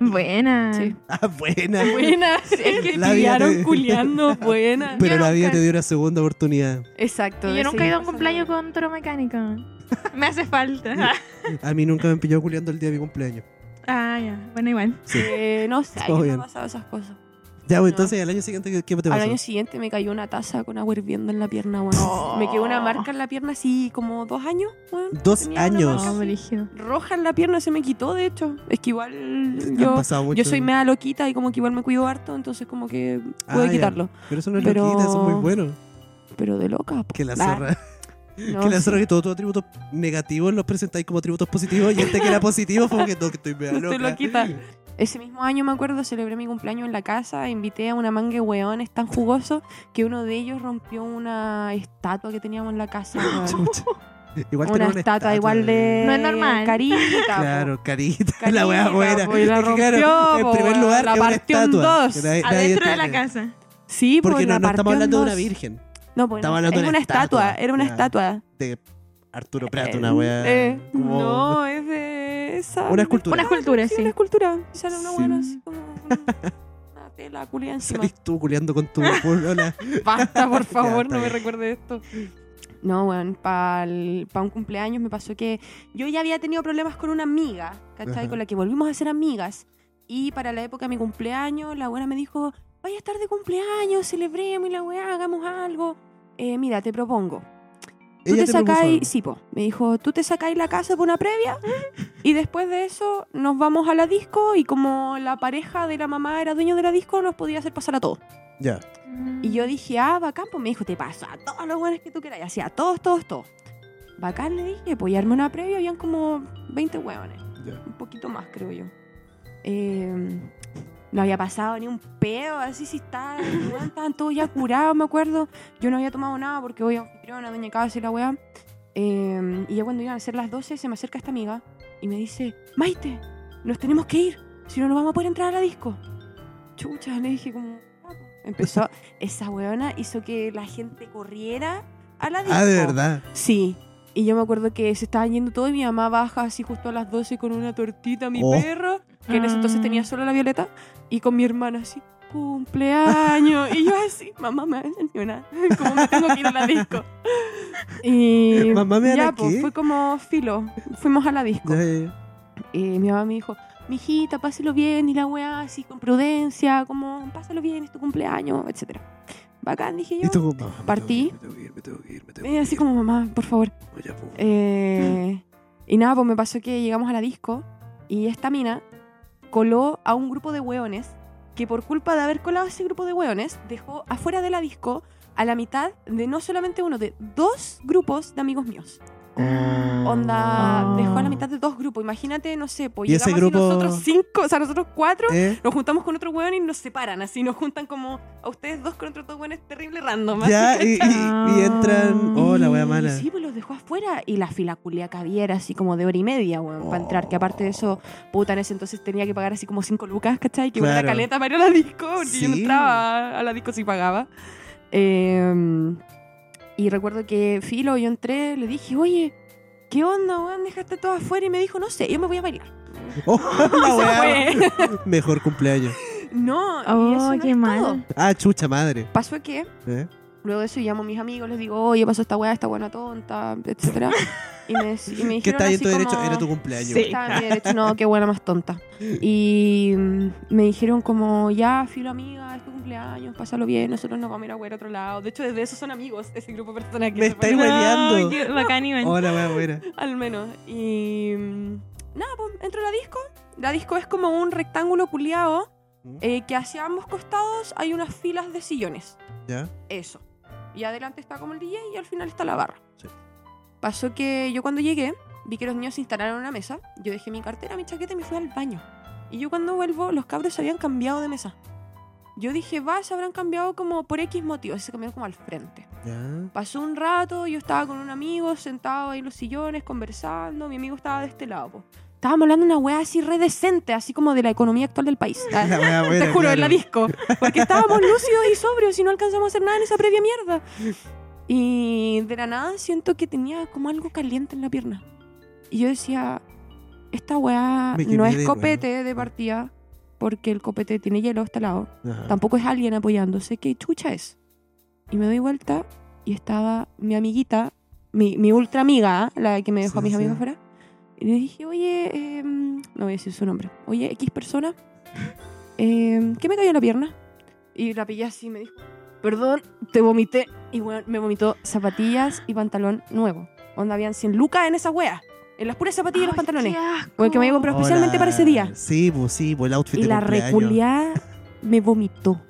B: Buena.
C: Sí.
A: Ah, buena.
C: Buenas, es que
A: La vida
C: pillaron
A: te-
C: culiando, buena.
A: Pero
B: Yo
A: la vida
B: nunca-
A: te dio una segunda oportunidad.
C: Exacto.
B: Y
C: de
B: yo nunca
C: seguir
B: he ido a un
C: pasando.
B: cumpleaños con toro mecánico. Me hace falta.
A: A mí nunca me pilló culiando el día de mi cumpleaños.
B: ah, ya. Bueno, igual.
A: Sí.
C: Eh, no sé,
A: Todo
C: yo no me
A: bien.
C: han pasado esas cosas.
A: Ya, pues, entonces, al año siguiente, ¿qué- ¿qué te
C: Al
A: pasó?
C: año siguiente me cayó una taza con agua hirviendo en la pierna, weón. Me quedó una marca en la pierna así como dos años, weón.
A: Dos
C: Tenía una
A: años.
C: marca
B: No,
C: así.
B: brígido.
C: Roja en la pierna se me quitó, de hecho. Es que igual
A: Han
C: yo,
A: pasado mucho.
C: yo soy mea loquita y como que igual me cuido harto, entonces como que pude
A: Ah, ya.
C: quitarlo.
A: Pero eso no es
C: pero-
A: loquita, eso es muy bueno.
C: Pero de loca, po.
A: Que la
C: Ah,
A: zorra.
C: no,
A: que la
C: sí.
A: zorra que todos tus atributos negativos los presentáis como atributos positivos y este que era positivo fue como que no, que estoy mega loca.
C: Estoy loquita. Ese mismo año, me acuerdo, celebré mi cumpleaños en la casa. Invité a una manga de hueones tan jugosos que uno de ellos rompió una estatua que teníamos en la casa. weón.
A: Chucha. Igual
C: una,
A: tener
C: estatua igual de.
B: No es normal.
C: Carita. po.
A: Claro, carita,
C: Carita,
A: la wea buena.
C: po, y la
A: Es que, claro,
C: rompió,
A: en
C: po,
A: primer
C: weón,
A: lugar,
C: la
A: es una
C: partió en
A: estatua.
C: dos.
A: que nadie- eh, nadie
B: Adentro de la
A: tiene.
B: casa.
C: Sí, po,
A: Porque
C: la
A: no, no estamos
C: partió en
A: hablando de una
C: dos.
A: virgen,
C: No, pues,
A: Estamos
C: no,
A: hablando de una
C: es una estatua.
A: estatua.
C: Era una
A: Ya.
C: estatua.
A: de Arturo Prato,
C: Eh,
A: una wea.
C: eh,
A: como-
C: No, es de esa.
A: Una escultura.
B: Una escultura,
C: Sí,
B: sí.
C: una escultura. Y sale una
A: Sí.
C: buena así como. Una tela culia encima.
A: Salís tú culeando con tu polola.
C: Basta, por
A: Ya,
C: favor,
A: está
C: no me
A: bien.
C: recuerde esto. No, weón, para un cumpleaños me pasó que yo ya había tenido problemas con una amiga, ¿cachai?
A: Ajá.
C: Con la que volvimos a ser amigas. Y para la época de mi cumpleaños, la buena me dijo, vaya a estar de cumpleaños, celebremos y la weá, hagamos algo. Eh, mira, te propongo. Tú
A: Ella
C: te,
A: propuso algo.
C: sacáis, sí, po, me dijo, tú te sacáis la casa por una previa y después de eso nos vamos a la disco y como la pareja de la mamá era dueño de la disco, nos podía hacer pasar a todos.
A: Ya.
C: Y yo dije, ah, bacán, pues me dijo, te paso a todos los buenos que tú queráis, así a todos, todos, todos. Bacán le dije, apoyarme una previa, habían como 20 hueones,
A: ya.
C: un poquito más, creo yo. Eh, no había pasado ni un pedo, así si estaban, weón, estaban todos ya curados, me acuerdo. Yo no había tomado nada porque voy a anfitriona, doña Casa y la weá. Eh, y ya cuando iban a ser las 12, se me acerca esta amiga y me dice, Maite, nos tenemos que ir, si no, no vamos a poder entrar a la disco. Chucha, le dije como... "Ah, pues". Empezó, esa weona hizo que la gente corriera a la disco.
A: Ah, de verdad.
C: Sí. Y yo me acuerdo que se estaban yendo todo y mi mamá baja así justo a las 12 con una tortita a mi
A: Oh.
C: perro, que en ese entonces
B: Ah.
C: tenía solo la Violeta, y con mi hermana así, cumpleaños. y yo así, mamá, me sentí una, como me tengo que ir a la disco. Y
A: Mamá, ¿me da la
C: ya, pues,
A: qué?
C: fue como filo, fuimos a la disco.
A: Ya, ya, ya.
C: Y mi mamá me dijo, mijita, páselo bien, y la weá así, con prudencia, como, pásalo bien, es tu cumpleaños, etcétera. Bacán, dije yo.
A: Y tú, mamá, me tengo que
C: Partí.
A: ir, Me tengo que ir, me tengo que ir, me tengo que
C: Eh,
A: ir.
C: así como, mamá, por favor,
A: Ya, pues.
C: Eh, y nada, pues me pasó que llegamos a la disco y esta mina coló a un grupo de hueones que por culpa de haber colado a ese grupo de hueones dejó afuera de la disco a la mitad de no solamente uno, de dos grupos de amigos míos. Onda,
B: Ah.
C: dejó a la mitad de dos grupos. Imagínate, no sé, pues
A: ¿Y ese
C: llegamos
A: grupo-
C: así nosotros cinco, o sea, nosotros cuatro,
A: Eh,
C: nos juntamos con otro hueón y nos separan, así nos juntan como a ustedes dos con otros dos hueones terrible random. así,
A: Ya, y, y-
C: ¿cachai?
A: y entran. Oh, la wea
C: Y
A: mala.
C: Sí, pues los dejó afuera y la fila culia cabía era así como de hora y media, weón, para entrar. Que aparte de eso, puta, en ese entonces tenía que pagar así como cinco lucas, ¿cachai? Que una
A: Claro.
C: caleta para ir a la disco, porque yo no
A: Sí.
C: entraba a la disco si pagaba. Eh, y recuerdo que Filo, yo entré, le dije, oye, ¿qué onda, weón? Dejaste todo afuera y me dijo, no sé, yo me voy a bailar.
A: Oh, la
C: Se
A: wea.
C: fue.
A: Mejor cumpleaños.
C: no, y eso
B: Oh,
C: no
B: qué
C: es
B: mal.
C: todo.
A: Ah, chucha madre.
C: Pasó que
A: ¿Eh?
C: Luego de eso llamo a mis amigos, les digo, oye, pasó esta weá, esta buena tonta, etcétera. Y me, dec- y me dijeron
A: ¿Qué está
C: así
A: en tu derecho?
C: como,
A: Era tu cumpleaños.
B: Sí.
C: Estaba en mi derecho, no, qué buena más tonta. Y mm, me dijeron como, ya, filo amiga, es tu cumpleaños, pásalo bien, nosotros nos vamos a ir a jugar a otro lado. De hecho, desde eso son amigos, ese grupo de personas que
A: Me
C: se
A: estáis
C: ponen-
A: hueveando.
B: qué bacán, Iván.
A: Oh, la wea buena.
C: Al menos. Y mm, nada, pues entro a la disco. La disco es como un rectángulo culiao
A: Mm.
C: eh, que hacia ambos costados hay unas filas de sillones.
A: Ya.
C: Eso. Y adelante está como el DJ y al final está la barra.
A: Sí.
C: Pasó que yo cuando llegué, vi que los niños se instalaron una mesa, yo dejé mi cartera, mi chaqueta y me fui al baño. Y yo cuando vuelvo, los cabros se habían cambiado de mesa. Yo dije, va, se habrán cambiado como por X motivos, se cambiaron como al frente.
A: Ya.
C: Pasó un rato, yo estaba con un amigo sentado ahí en los sillones conversando, mi amigo estaba de este lado. po. Estábamos hablando de una wea así redecente, así como de la economía actual del país.
A: La wea buena.
C: Te juro, en la
A: Ah, claro.
C: disco. Porque estábamos lúcidos y sobrios y no alcanzamos a hacer nada en esa previa mierda. Y de la nada siento que tenía como algo caliente en la pierna. Y yo decía, esta weá
A: Me
C: no
A: quemé
C: es
A: de
C: copete de partida, porque el copete tiene hielo hasta lado.
A: Ajá.
C: Tampoco es alguien apoyándose. ¿Qué chucha es? Y me doy vuelta y estaba mi amiguita, mi, mi ultra amiga, la que me dejó
A: Sí,
C: a mis
A: sí.
C: amigos fuera. Y le dije, oye, em, no voy a decir su nombre. Oye, X persona, em, ¿qué me cayó en la pierna? Y la pillé así y me dijo, perdón, te vomité. Y weón, me vomitó zapatillas y pantalón nuevo. Onda habían 100 lucas en esa wea. En las puras zapatillas y los
B: Ay,
C: pantalones.
B: qué asco.
C: Porque que me había comprado especialmente
A: Hola.
C: para ese día.
A: Sí, pues sí, pues el outfit
C: Y
A: de
C: la
A: cumpleaños.
C: reculiá me vomitó.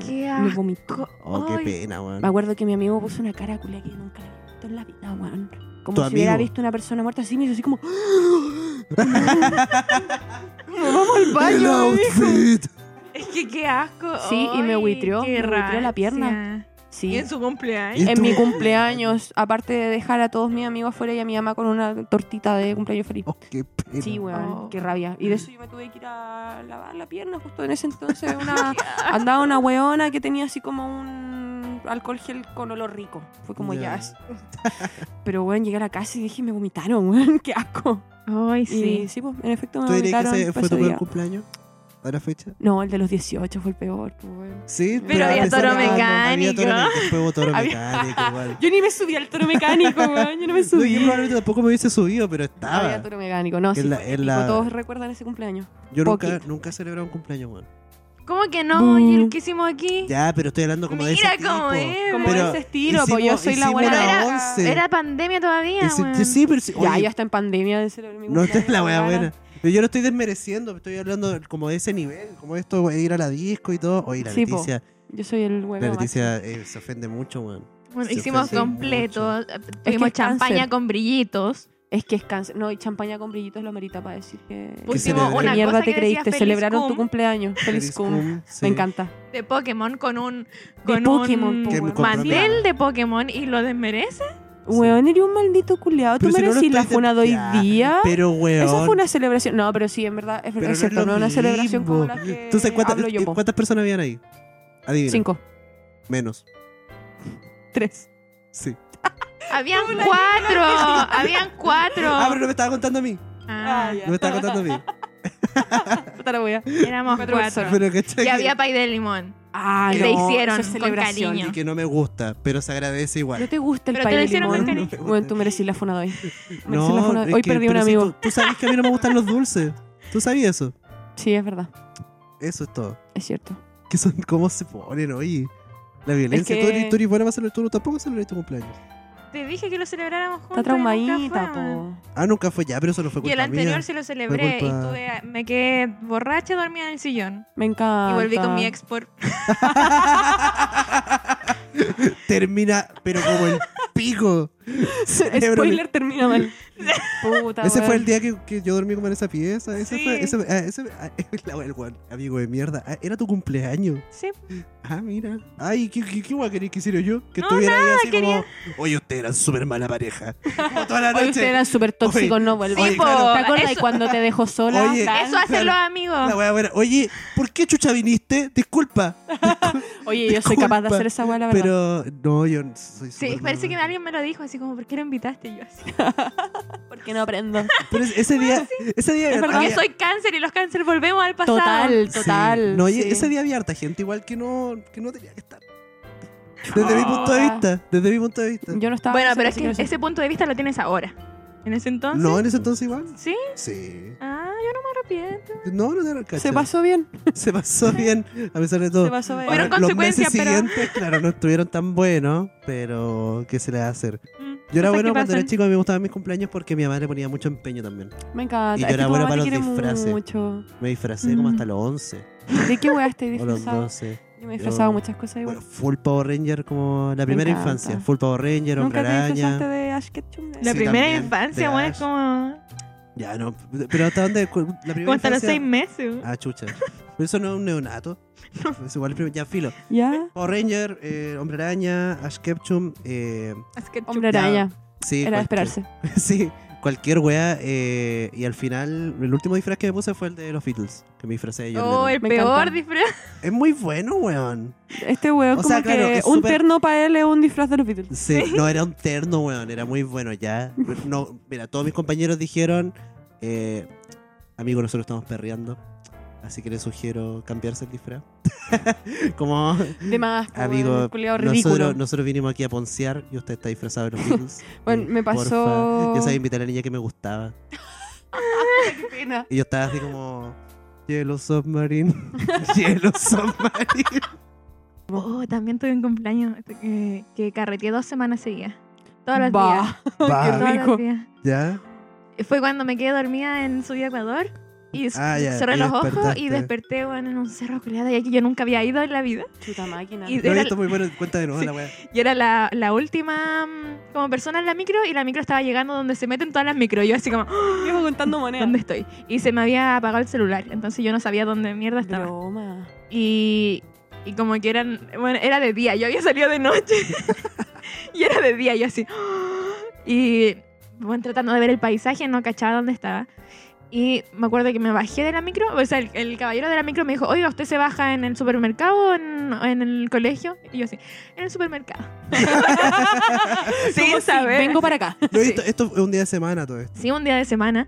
B: Qué
C: Me
B: asco.
C: vomitó.
A: Oh, qué
B: Ay.
A: pena, weón.
C: Me acuerdo que mi amigo puso una cara culia que yo nunca la había visto en la vida, weón. Como
A: ¿Tu
C: si hubiera
A: amigo?
C: visto una persona muerta así, me hizo así como. como vamos al
A: ¡El
C: baño. me dijo.
A: outfit!
B: Es que qué asco.
C: Sí, y me
B: Ay,
C: buitreó,
B: qué
C: me buitreó la pierna.
B: rancia.
C: Sí.
B: Y en su
A: ¿Y
B: cumpleaños.
C: En
A: tú?
C: mi cumpleaños, aparte de dejar a todos mis amigos afuera y a mi mamá con una tortita de cumpleaños feliz.
A: Oh, qué pena.
C: Sí, weón,
B: Oh.
C: qué rabia. Y de eso yo me tuve que ir a lavar la pierna justo en ese entonces. Una, andaba una weona que tenía así como un alcohol gel con olor rico. Fue como
A: Ya.
C: ya. Pero weón, llegué a la casa y dije, me vomitaron, weón, qué asco.
B: Ay,
C: Sí,
B: sí.
C: y, sí pues, en efecto me
A: ¿Tú dirías
C: vomitaron.
A: que ese
C: fue
A: fue tu
C: pues ese
A: peor
C: día.
A: cumpleaños? ¿A la fecha?
C: No, el de los 18 fue el peor, pues, weón.
A: Sí,
C: Pero
A: a
C: había
A: pesar de-
C: toro
A: ah, no, Había
B: mecánico.
A: toro mecánico, hubo toro
C: Había-
A: mecánico igual.
C: Yo ni me subí al toro mecánico, weón, yo no me
A: No,
C: subí.
A: yo probablemente tampoco me hubiese subido, pero
C: Había
A: estaba.
C: toro mecánico, no,
A: Que
C: sí,
A: en la-
C: fue
A: en
C: épico,
A: la-
C: todos recuerdan ese cumpleaños.
A: Yo nunca,
C: poquito.
A: nunca he celebrado un cumpleaños, weón.
B: ¿Cómo que no? ¿Y
C: Mm.
B: el que hicimos aquí?
A: Ya, pero estoy hablando como de ese
B: Mira cómo
A: tipo.
B: es.
C: Como
A: Pero
C: ese estilo, pues yo
A: hicimos-
C: soy la
A: hicimos
C: buena.
B: la
C: loca.
A: once.
B: Era pandemia todavía,
A: Ese-
B: weón.
A: sí, pero sí,
C: Ya,
A: oye,
C: ya está en pandemia de ser mi
A: No, esta es
C: cumpleaños,
A: la wea
C: weona.
A: buena. Pero yo no estoy desmereciendo, estoy hablando como de ese nivel, como esto de ir a la disco y todo. Oye, la
C: Sí, po,
A: Leticia,
C: Yo soy el huevo.
A: la Leticia eh, se ofende mucho, weón.
B: Bueno,
A: Se
B: hicimos
A: ofende
B: completo.
C: que
B: Tuvimos
C: es
B: champaña
C: cáncer.
B: con brillitos.
C: Es que es cáncer. No, y champaña con brillitos lo merita para decir que.
A: Pusimos
C: ¿Qué
A: una
C: mierda
B: cosa
C: te
B: que decía
C: creíste?
B: feliz
C: Celebraron
B: cum.
C: tu cumpleaños. Feliz cum.
A: cum, sí.
C: Me encanta.
B: de Pokémon con un
C: De
B: con
C: Pokémon,
B: un
C: po,
A: Que
C: weón.
A: con-
B: mantel de Pokémon y lo desmerece.
C: Weón, eres un maldito culiado. Tú
A: Pero si no lo
C: mereces la
A: estoy
C: funa de hoy
A: ya,
C: día.
A: Pero, weón.
C: Esa fue una celebración. No, pero sí, en verdad, es
A: pero
C: verdad,
A: no
C: es cierto.
A: es
C: No,
A: lo
C: una celebración como
A: mismo.
C: la que.
A: Entonces, ¿cuántas, eh,
C: hablo yo, po.
A: ¿cuántas personas habían ahí? Adivina.
C: Cinco.
A: Menos.
C: Tres.
A: Sí.
B: Habían cuatro, habían cuatro.
A: Ah, pero no me estaba contando a mí.
B: Ah,
A: No me estaba contando a mí.
C: Puta la wea.
B: éramos
C: Cuatro
B: cuatro.
A: Pero ¿cachai?
B: Y había pay de limón.
C: Ah,
B: Que
C: no,
B: le hicieron
C: eso es
B: con
C: celebración.
B: cariño.
A: que no me gusta, pero se agradece
C: No
A: igual.
C: te gusta
B: Pero
C: el
B: te
C: pay
B: lo
C: de
B: hicieron
C: limón.
B: con
A: cariño.
C: Bueno, tú mereces la funa de hoy. Mereces la funa
A: es
C: de hoy. Hoy
A: que-
C: perdí un
A: pero si
C: amigo.
A: tú, tú sabes que a mí no me gustan los dulces. Tú sabías eso.
C: Sí, es verdad.
A: Eso es todo.
C: Es cierto.
A: Que son cómo se ponen, oye. La violencia.
C: que-
A: Tú, eres- tú eres buena para celebrar. Tú no- tampoco celebras tu cumpleaños.
B: Te dije que lo celebráramos juntos.
C: Está
B: y nunca
C: traumadita,
B: fue, man.
C: po.
A: Ah, nunca fue ya, pero eso no fue
B: Y
A: culpa
B: el anterior
A: mía.
B: sí lo celebré y
A: culpa-
B: tuve, me quedé borracha dormida en el sillón.
C: Me encanta.
B: Y volví con mi ex por...
A: Termina, pero como el pico.
C: Spoiler termina mal. Puta,
A: Ese fue
C: weón.
A: el día que, que yo dormí como en esa pieza. Ese
B: Sí.
A: fue. Ese, ah, ese, ah, la wea del guan, amigo de mierda. Ah, era tu cumpleaños.
B: Sí,
A: Ah, mira. Ay, ¿qué, qué, qué guay quería que hiciera yo? Que
B: No,
A: estuviera ahí así
B: quería-
A: como. Oye, ustedes eran súper mala pareja. Como toda la
C: Oye,
A: noche.
C: ustedes eran súper tóxicos,
A: Oye,
C: no vuelvan.
A: oye,
B: po,
A: claro.
C: ¿Te acuerdas
B: eso-
C: cuando te dejó sola?
A: Oye.
C: Fran?
B: Eso hacen los amigos.
A: La wea buena. Oye, ¿por qué chucha viniste? Disculpa.
C: Oye, yo soy capaz de
A: Disculpa,
C: hacer esa weá, la verdad.
A: Pero no, yo soy
B: Sí,
A: súper
B: parece que
A: mala.
B: alguien me lo dijo, así como, ¿por qué lo invitaste? Y yo así.
C: Porque no aprendo.
A: Pero es- ese día, ese día
C: Ah, Es verdad.
B: Porque
A: había-
B: soy cáncer y los cáncer volvemos al pasado.
C: Total,
A: Sí.
C: total.
A: No, oye,
C: sí.
A: ese día había harta gente igual que no, que no tenía que estar. Desde mi punto de vista, desde mi punto de vista.
C: Ah. Yo no estaba.
B: Bueno,
C: presente,
B: pero es
C: así
B: que
C: no sé.
B: ese punto de vista lo tienes ahora. En ese entonces.
A: no, en ese entonces igual.
B: ¿Sí?
A: Sí.
B: Ah, yo no me arrepiento.
A: No, no era cacho.
C: Se pasó bien.
A: Se pasó bien, a pesar de todo.
C: Se pasó bien.
B: Fueron
A: Ahora, los meses
B: consecuencias, pero-
A: siguientes, claro, no estuvieron tan buenos, pero ¿qué se le va a hacer? Yo era
B: Cosas que
A: bueno cuando era
B: pasan.
A: chico, a mí me gustaban mis cumpleaños porque mi mamá le ponía mucho empeño también.
C: Me encanta.
A: Y yo
C: Es que
A: era
C: tu
A: bueno
C: mamá
A: para
C: te
A: los
C: quiere
A: disfraces.
C: mucho.
A: Me disfracé como
B: Mm.
A: hasta los 11
C: ¿De qué weá estáis
A: o los
C: disfrazado?
A: 12.
C: Yo me he disfrazado
A: Yo-
C: muchas cosas igual.
A: Bueno, full Power Ranger como la primera
C: encanta.
A: infancia. Full Power Ranger, Hombre
C: Nunca te
A: Araña.
C: disfrazaste de Ash Ketchum. de-
B: La
A: Sí,
B: primera
A: también,
B: infancia,
A: de
B: bueno, es
A: Ash.
B: como,
A: Ya, no. Pero ¿hasta dónde? Cu- La primera
B: como hasta los
A: infancia-
B: seis meses.
A: Ah, chucha. Pero eso no es un neonato. Es igual, el primer- ya filo.
C: ¿Ya?
A: Power Ranger, eh, Hombre Araña, Ash Ketchum. Eh,
B: Así que
C: Hombre
A: Ya,
C: araña.
A: sí,
C: Era de
A: cualquier-
C: esperarse.
A: sí, cualquier wea. eh, y al final, el último disfraz que me puse fue el de los Beatles. Que me disfracé de John
B: Oh, el
A: Lennon.
C: Me
B: peor
C: encanta.
B: disfraz.
A: Es muy bueno, weón.
C: Este weón
A: O
C: como
A: sea, claro,
C: que
A: es
C: un
A: súper-
C: terno para él es un disfraz de los Beatles.
A: Sí, no era un terno, weón, era muy bueno ya. No, mira, todos mis compañeros dijeron, eh, amigo, nosotros estamos perreando. Así que le sugiero cambiarse el disfraz. Como
C: De más, po,
A: amigo,
C: weón, culiao ridículo.
A: nosotros, nosotros vinimos aquí a poncear y usted está disfrazado de los Beatles.
C: Bueno, me
A: Porfa.
C: pasó-
A: Yo sabía invitar a la niña que me gustaba.
C: Qué pena.
A: Y yo estaba así como. Hielo Submarine. Hielo Submarine.
B: Oh, también tuve un cumpleaños eh, que carreteé dos semanas seguidas. Todos los días.
C: Bah,
A: Va,
B: Todos
C: rico.
B: los días.
A: ¿Ya?
B: Fue cuando me quedé dormida en Subida Ecuador. Y s-
A: Ah, ya,
B: cerré
A: y
B: los ojos y
A: despertaste.
B: desperté bueno, en un cerro culiado de ahí que yo nunca había ido en la vida.
C: Chuta máquina.
B: Y-
A: No,
B: Era-
A: esto es muy bueno. Cuenta de nuevo la wea.
B: Yo era la, la última mm, como persona en la micro y la micro estaba llegando donde se meten todas las micro. Yo así como,
C: Vivo contando monedas.
B: ¿dónde estoy? Y se me había apagado el celular, entonces yo no sabía dónde mierda estaba.
C: Broma.
B: Y, y como que eran, bueno, era de día, yo había salido de noche. y era de día, yo así. Y bueno, tratando de ver el paisaje, no cachaba dónde estaba. Y me acuerdo que me bajé de la micro, o sea, el, el caballero de la micro me dijo, oiga, ¿usted se baja en el supermercado o en, o en el colegio? Y yo así, en el supermercado.
C: Como
B: Sin
C: si
B: saber.
C: Vengo para acá.
A: No,
B: Sí.
A: esto, esto es un día de semana todo esto.
B: Sí, un día de semana.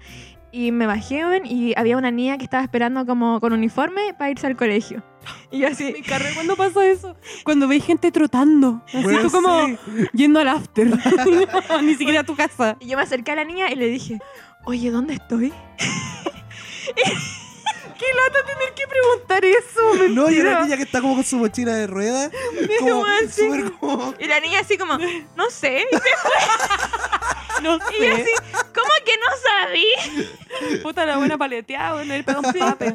B: Y me bajé weón, y había una niña que estaba esperando como con uniforme para irse al colegio. Y yo así,
C: Me carré cuando pasa eso. Cuando veis gente trotando. Así
A: Bueno,
C: tú como
A: sí.
C: yendo al after. No, ni siquiera a tu casa.
B: Y yo me acerqué a la niña y le dije, oye, ¿dónde estoy?
C: Qué lata tener que preguntar eso.
A: No, y
C: mentira.
A: una niña que está como con su mochila de rueda. Como,
B: weón, sí.
A: súper como-
B: Y la niña así como, no sé.
C: No
B: Y yo
C: sé.
B: así, ¿cómo que no sabí?
C: Puta la buena paleteada, bueno, el pedo un pape.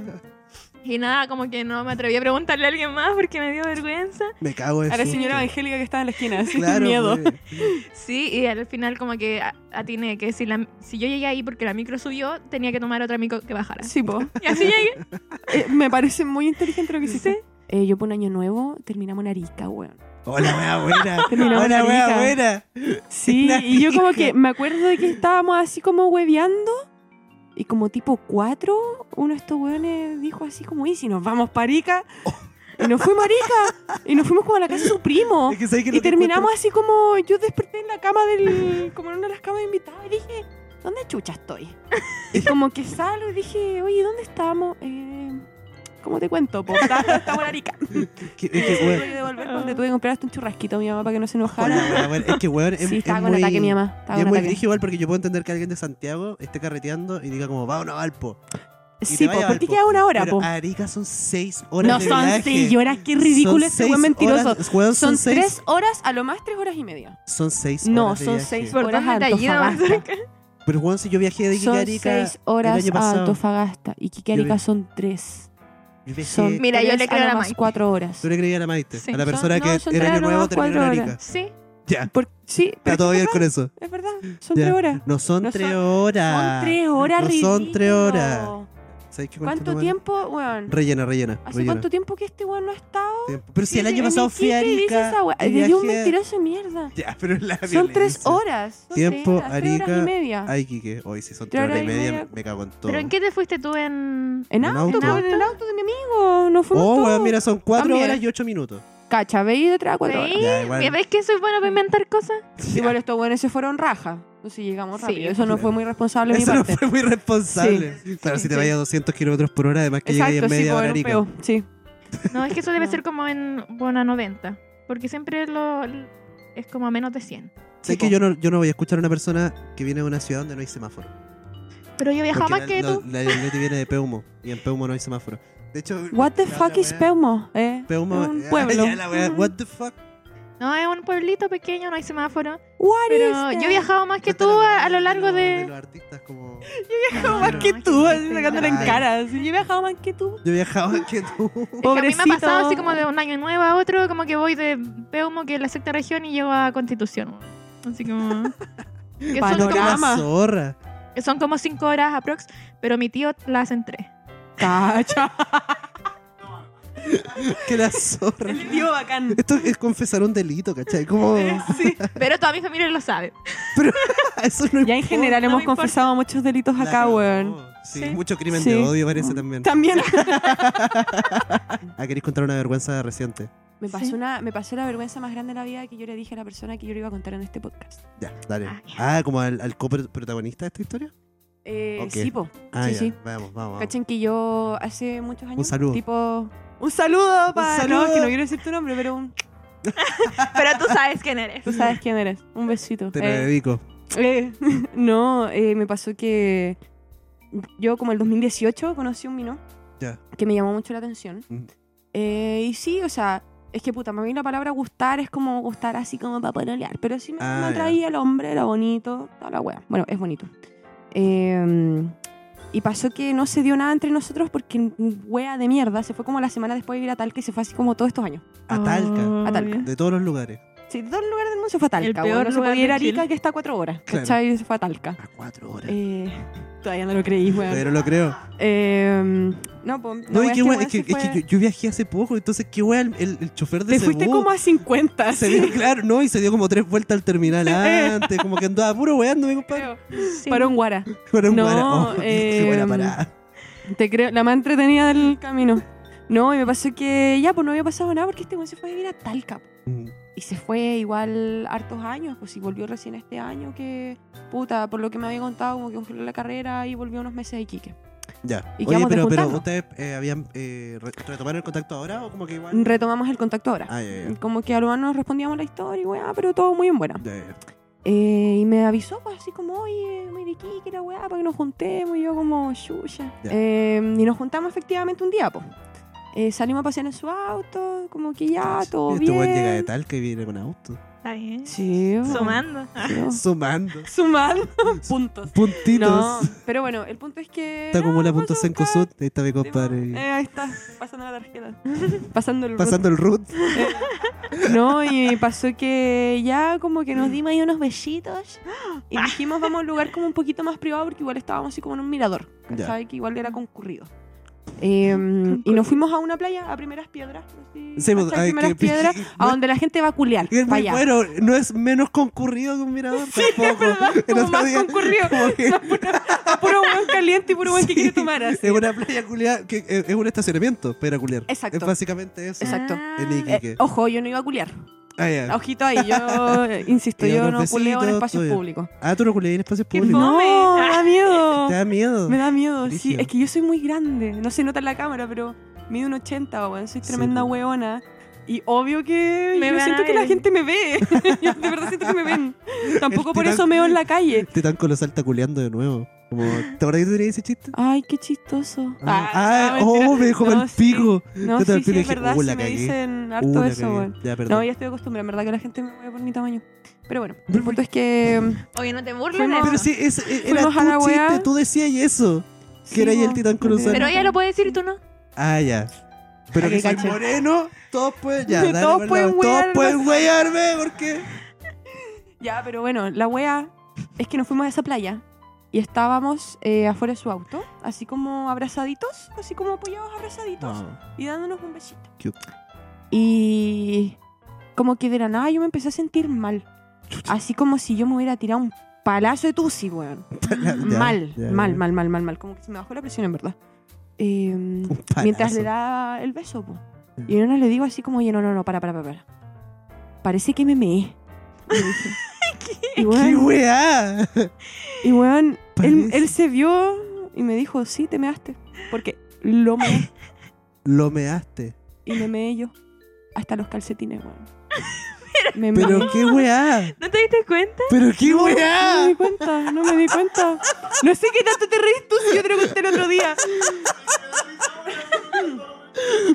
B: Y nada, como que no me atreví a preguntarle a alguien más porque me dio vergüenza.
A: Me cago en
C: A la
A: susto.
C: señora evangélica que estaba en la esquina, así,
A: Claro,
C: miedo.
A: weón.
B: Sí, y al final como que a- atiné que si, la, si yo llegué ahí porque la micro subió, tenía que tomar otra micro que bajara.
C: Sí, po.
B: Y así llegué.
C: Eh, me parece muy inteligente lo que hiciste. Eh, yo por un año nuevo terminamos en Arica, weón.
A: Hola, wea, buena.
C: Terminamos
A: Hola,
C: en
A: wea,
C: Arica.
A: buena.
C: Sí,
A: En
C: y yo como
A: Arica.
C: que me acuerdo de que estábamos así como hueveando y como tipo cuatro, uno de estos hueones dijo así como, y si nos vamos para Arica,
A: Oh.
C: y nos fuimos a Arica, y nos fuimos como a la casa de su primo.
A: Es que sabes que
C: Oh, Y
A: lo que
C: terminamos así como, yo desperté en la cama del, como en una de las camas de invitados y dije, ¿dónde chucha estoy? Y como que salgo y dije, oye, ¿dónde estábamos? Eh, ¿Cómo te cuento? po? Está- Estamos en Arica.
A: encuentro- que- es que, weón,
C: Tuve que devolver porque tuve que comprar hasta un churrasquito a mi mamá para que no se enojara.
A: hola, wea, buena. Es que, weón, es,
C: sí,
A: es
C: estaba con
A: muy-
C: ataque mi mamá.
A: y
C: Estaba
A: es
C: con
A: muy
C: ataque.
A: brígido igual porque yo puedo entender que alguien de Santiago esté carreteando y diga como, vámonos a Valpo. y te
C: Sí, po,
A: vaya a
C: porque
A: Valpo.
C: queda una hora,
A: Pero
C: po.
A: a Arica son seis horas
C: No
A: de
C: son
A: viaje.
C: seis horas, qué ridículo
A: Son
C: ese
A: seis
C: buen mentiroso.
A: horas, weón,
C: Son
A: son, seis,
C: tres horas, a lo más tres horas y media.
A: son seis
C: No,
A: horas de
C: son
A: viaje.
C: seis
B: ¿Por
C: horas a
B: dónde te ayuda?
C: Antofagasta.
A: Pero weón, si yo viajé de Iquique a
C: Son
A: Arica,
C: seis horas
A: año
C: a
A: pasado.
C: Antofagasta. Y Quique Arica
A: Yo vi-
C: son tres.
A: yo viajé-
C: Son
B: Mira, yo
C: tres
B: le creo a
C: a lo
B: la
C: más
B: Maite.
C: cuatro horas.
A: Tú le creías a la Maite,
B: Sí.
A: a la
C: Son-
A: persona
C: no,
A: que
C: son
A: era
C: tres
A: año
C: a lo
A: nuevo
C: más
A: terminó en
C: cuatro
A: Arica.
C: horas.
B: Sí.
A: Ya,
C: Por- sí, pero
A: está todo bien
C: es
A: con eso.
C: verdad, es verdad. Son
A: Ya.
C: tres horas.
A: No son
C: No son-
A: tres horas.
C: Son tres horas,
A: No son tres
C: ridículo.
A: horas. ¿Sabes qué?
C: ¿Cuánto
A: bueno?
C: tiempo, weón?
A: Rellena, rellena.
C: ¿Hace
A: rellena.
C: cuánto tiempo que este weón no ha estado?
A: Tiempo. Pero si el
C: Y-
A: año
C: en
A: pasado fui a
C: Iquique dice
A: Arica.
C: esa weá.
A: y
C: Le dio
A: viajé
C: un
A: a-
C: mentiroso de mierda.
A: Ya, pero la
C: Son tres
A: violencia.
C: horas. son tres
A: Tiempo,
C: horas, tres horas
A: Arica,
C: y media.
A: Ay, Kike. Hoy sí son tres horas y media. Me cago en todo.
B: ¿Pero en qué te fuiste tú en...?
C: En
A: ¿En
C: auto,
A: auto?
C: con el auto de mi amigo. Nos fuimos
A: Oh,
C: todos.
A: weón, mira, son cuatro
C: También.
A: horas y ocho minutos.
C: Cacha, veí detrás cuatro horas.
B: ¿Sí?
A: Ya, igual.
B: ¿Ves que soy buena para inventar cosas?
C: Igual estos buenos se fueron raja. Entonces llegamos
B: Sí.
C: rápido. Eso no fue muy responsable de mi
A: Eso no
C: parte.
A: fue muy responsable. claro,
C: sí,
A: si te
C: sí.
A: vayas a 200 kilómetros por hora, además que llegué en
C: Exacto, sí, pues,
A: media
C: por
A: hora a
C: un
A: Arica.
C: peo. Sí.
B: No, es que eso debe
C: No.
B: ser como en Buena 90. Porque siempre lo, es como a menos de 100.
A: Sé que yo no, yo no voy a escuchar a una persona que viene de una ciudad donde no hay semáforo.
B: Pero yo viajaba más
A: Porque
B: que
A: la,
B: tú.
A: la- la Leti viene de Peumo y en Peumo no hay semáforo. De hecho,
C: What the
A: la
C: fuck
A: otra
C: is
A: wea-
C: Pelmo? Eh,
A: Peumo
C: es un
A: ya,
C: pueblo.
A: ya, la wea,
C: Ujú.
A: What the fuck?
B: No, es un pueblito pequeño, no hay semáforo.
C: What
B: Pero
C: is
B: yo
C: that?
B: he viajado más que
A: Falta
B: tú
A: la
B: a, a lo
A: wea
B: largo
A: los-
B: de...
A: los artistas como.
C: Yo he viajado
B: No,
C: más
B: no,
C: que
B: no,
C: tú,
B: es que
C: así
B: sí,
C: sacándola en
A: ay.
C: cara. Sí, yo he viajado más que tú.
A: Yo viajaba más que tú.
B: Es que a mí me ha pasado
C: Pobrecito.
B: así como de un año nuevo a otro, como que voy de Peumo, que es la sexta región, y llego a Constitución. Así como...
A: No, que
B: que son,
A: la
B: como,
C: Panorama.
A: zorra.
B: que son como cinco horas aprox, pero mi tío la hace en tres.
C: Cacha.
A: Que la zorra.
C: El tío bacán.
A: Esto es confesar un delito, ¿cachai? Como. ah,
C: Sí.
B: Pero toda mi familia lo sabe.
A: Eso no
C: Ya en
A: importa.
C: general
B: No me
C: hemos
B: importa.
C: confesado muchos delitos
A: La
C: acá,
A: cagó.
C: weón.
A: Sí,
B: Sí.
A: mucho crimen
C: Sí.
A: de odio parece también.
C: También.
A: Ah, queréis contar una vergüenza reciente.
C: Me pasó,
B: Sí.
C: una, me pasó la vergüenza más grande de la vida que yo le dije a la persona que yo le iba a contar en este podcast.
A: Ya, dale.
B: Ah,
A: Ah, como al, al coprotagonista de esta historia.
C: Eh,
A: Ok.
C: Sí, po.
A: Ah,
C: sí,
A: ya.
C: sí.
A: Vamos, vamos. vamos.
C: Cachen que yo hace muchos años.
A: saludo.
C: Tipo. Un saludo para.
A: saludo.
C: No, que no quiero decir tu nombre, pero un-
B: Pero tú sabes quién eres.
C: tú sabes quién eres. Un besito.
A: Te la
C: Eh,
A: dedico.
C: eh, no, eh, me pasó que. Yo, como el 2018, conocí un mino
A: Ya.
C: que me llamó mucho la atención.
A: Mm.
C: Eh, y sí, o sea, es que puta, para mí la palabra gustar es como gustar así como para pololear. Pero sí me,
A: Ah,
C: me
A: ya.
C: atraía el hombre, era bonito, toda la wea. Bueno, es bonito. Eh, y pasó que no se dio nada entre nosotros porque wea de mierda. Se fue como la semana después de ir a Talca y se fue así como todos estos años.
A: A Talca.
C: A Talca.
A: De todos los lugares.
C: Sí, de todo el lugar del mundo se fue a Talca.
B: El
C: weón.
B: peor
C: no se
B: lugar
C: podía ir
B: de
C: a Arica
B: Chile.
C: que está a cuatro horas.
A: Claro.
C: ¿Cachai? Se fue a Talca.
A: A cuatro horas.
C: Eh, todavía no lo creí, weón.
A: Pero lo creo.
C: Eh, no, pues.
A: No,
C: la
A: y qué
C: wea es que,
A: wea-
C: weón,
A: es que,
C: se
A: es que
C: fue-
A: yo, yo viajé hace poco, entonces qué wea el, el- el chofer de
C: Te
A: ese
C: fuiste
A: bus
C: como a 50.
A: se
C: sí.
A: dio, claro, no, y se dio como tres vueltas al terminal antes, como que andaba puro weando, mi compadre.
C: Creo.
B: Sí.
C: Paró en Guara.
A: Fueron
C: No,
A: guara- oh, qué buena
C: eh,
A: parada.
C: Te creo, la más entretenida del camino. No, y me pasó que ya, pues no había pasado nada porque este güey se fue a vivir a Talca. po.
A: Mm,
C: Y se fue igual hartos años, pues si volvió recién este año, que puta, por lo que me había contado, como que congeló la carrera y volvió unos meses de Iquique.
A: Ya.
C: Y
A: Oye,
C: quedamos de
A: pero, pero
C: juntarnos.
A: ustedes eh, habían eh, re- retomaron el contacto ahora o como que igual.
C: Retomamos el contacto ahora.
A: Ah, ya, ya.
C: Como que a lo nos respondíamos la historia y weá, pero todo muy en buena.
A: Ya, ya.
C: Eh, y me avisó, pues, así como, oye, me de aquí, que la weá, para que nos juntemos. Y yo, como, chucha.
A: Ya.
C: Eh, y nos juntamos efectivamente un día, pues. Eh, salimos a pasear en su auto, como que ya, todo
A: este weón llega de
C: bien.
A: Talca y viene con auto.
B: Está bien.
C: Sí, bueno,
B: Sumando.
C: pero-
A: Sumando.
C: Sumando puntos.
A: Puntitos.
C: No, pero bueno, el punto es que.
A: Está como la
C: nada,
A: punto
C: pasó
A: 5
C: acá,
A: sud. Ahí está mi
C: tipo,
A: compadre.
C: eh, ahí está, pasando la tarjeta. pasando el
A: Pasando el root.
C: No, y pasó que ya como que nos dimos ahí unos besitos y dijimos vamos a un lugar como un poquito más privado porque igual estábamos así como en un mirador, ¿sabes? Que igual era concurrido. Eh, y nos fuimos a una playa, a primeras piedras, así,
A: Sí, pues,
C: ¿cachai?
A: ay,
C: primeras
A: que-
C: piedras, a donde la gente va a culear,
A: Es
C: pa'
A: muy
C: allá.
A: bueno, no es menos concurrido que un mirador tampoco. El
C: como
A: otro
C: más
A: día,
C: concurrido.
A: como que-
C: A puro buen caliente y puro buen que quiere
A: Sí,
C: tomar así.
A: Es una playa culiada, que eh, es es un estacionamiento para culiar.
C: Exacto.
A: Es básicamente eso.
C: Exacto. Oh.
A: El Iki.
C: Eh, ojo, yo no iba a culear.
A: Ah, ya.
C: Ojito ahí, yo eh, insisto,
A: Y
C: yo
A: unos
C: no culeo en
A: besitos,
C: espacios
A: todo bien.
C: públicos.
A: Ah, tú no culiás en espacios
B: Qué
A: públicos.
B: fome.
C: No, me da miedo.
A: ¿Te da miedo?
C: Me da miedo, sí.
A: Brígido.
C: Es que yo soy muy grande. No se nota en la cámara, pero mido un 80, weón. Soy
A: Sí,
C: tremenda
A: pues.
C: weona. Y obvio que
B: Me
C: yo
B: van a
C: siento que la
B: ver.
C: gente me ve. Yo de verdad siento que me ven. Tampoco
A: El
C: por
A: titán-
C: eso meo en la calle.
A: Te tan colosal está culeando de nuevo. Como, ¿Te acuerdas que tú tenías ese chiste?
C: Ay, qué chistoso.
A: Ah,
C: Ah,
A: ah,
C: mentira.
A: oh, me dejó
C: No,
A: el
C: sí.
A: pico.
C: No,
A: Yo te
C: sí, sí,
A: dije,
C: es verdad.
A: "Uh,
C: sí
A: la
C: me
A: cagué".
C: dicen
A: Uh,
C: harto
A: la
C: eso,
A: cagué.
C: weón.
A: Ya, perdón.
C: No, ya estoy acostumbrada. En verdad que la gente me ve por mi tamaño. Pero bueno, el punto es que...
B: Oye, no te burles de
C: Fuimos-
B: eso.
A: Pero sí, es, e- era
C: Fuimos a la
A: tu
C: weá.
A: chiste, tú decías eso.
C: sí,
A: era ahí el
C: weón,
A: titán
C: no
A: cruzado.
C: tiene
B: Pero ella lo
C: nada.
B: puede decir y tú no.
A: Ah, ya. Pero
C: Para
A: que
C: que
A: soy
C: cachen.
A: moreno, todos pueden, ya, dale,
C: Todos
A: perdón,
C: pueden
A: todos
C: huearme.
A: pueden huearme, porque...
C: Ya, pero bueno, la wea es que nos fuimos a esa playa y estábamos eh, afuera de su auto, así como abrazaditos, así como apoyados abrazaditos y dándonos un besito.
A: Ah. Cute.
C: Y como que de la nada yo me empecé a sentir mal.
A: Chuta.
C: Así como si yo me hubiera tirado un palazo de tusi, weón.
A: Ya,
C: mal,
A: ya,
C: mal,
A: ya.
C: mal, mal, mal, mal. Como que se me bajó la presión, en verdad. Eh,
A: Un palazo. Mm.
C: mientras le daba el beso, po. Y yo no le digo así como, oye, no, no, no, para, para, para. para. Parece que me meé. Le dije. Y
A: ¡Qué
C: weón,
A: weá!
C: Y weón, él,
A: Parece.
C: él se vio y me dijo, sí, te measte. Porque lo meé
A: Lo measte.
C: y me meé yo. Hasta los calcetines, weón. Me meé.
A: Pero qué weá.
B: ¿No te diste cuenta?
A: Pero qué
C: No, No me
A: weá.
C: di cuenta, no me di cuenta. No sé qué tanto te reís tú si yo te lo conté el otro día.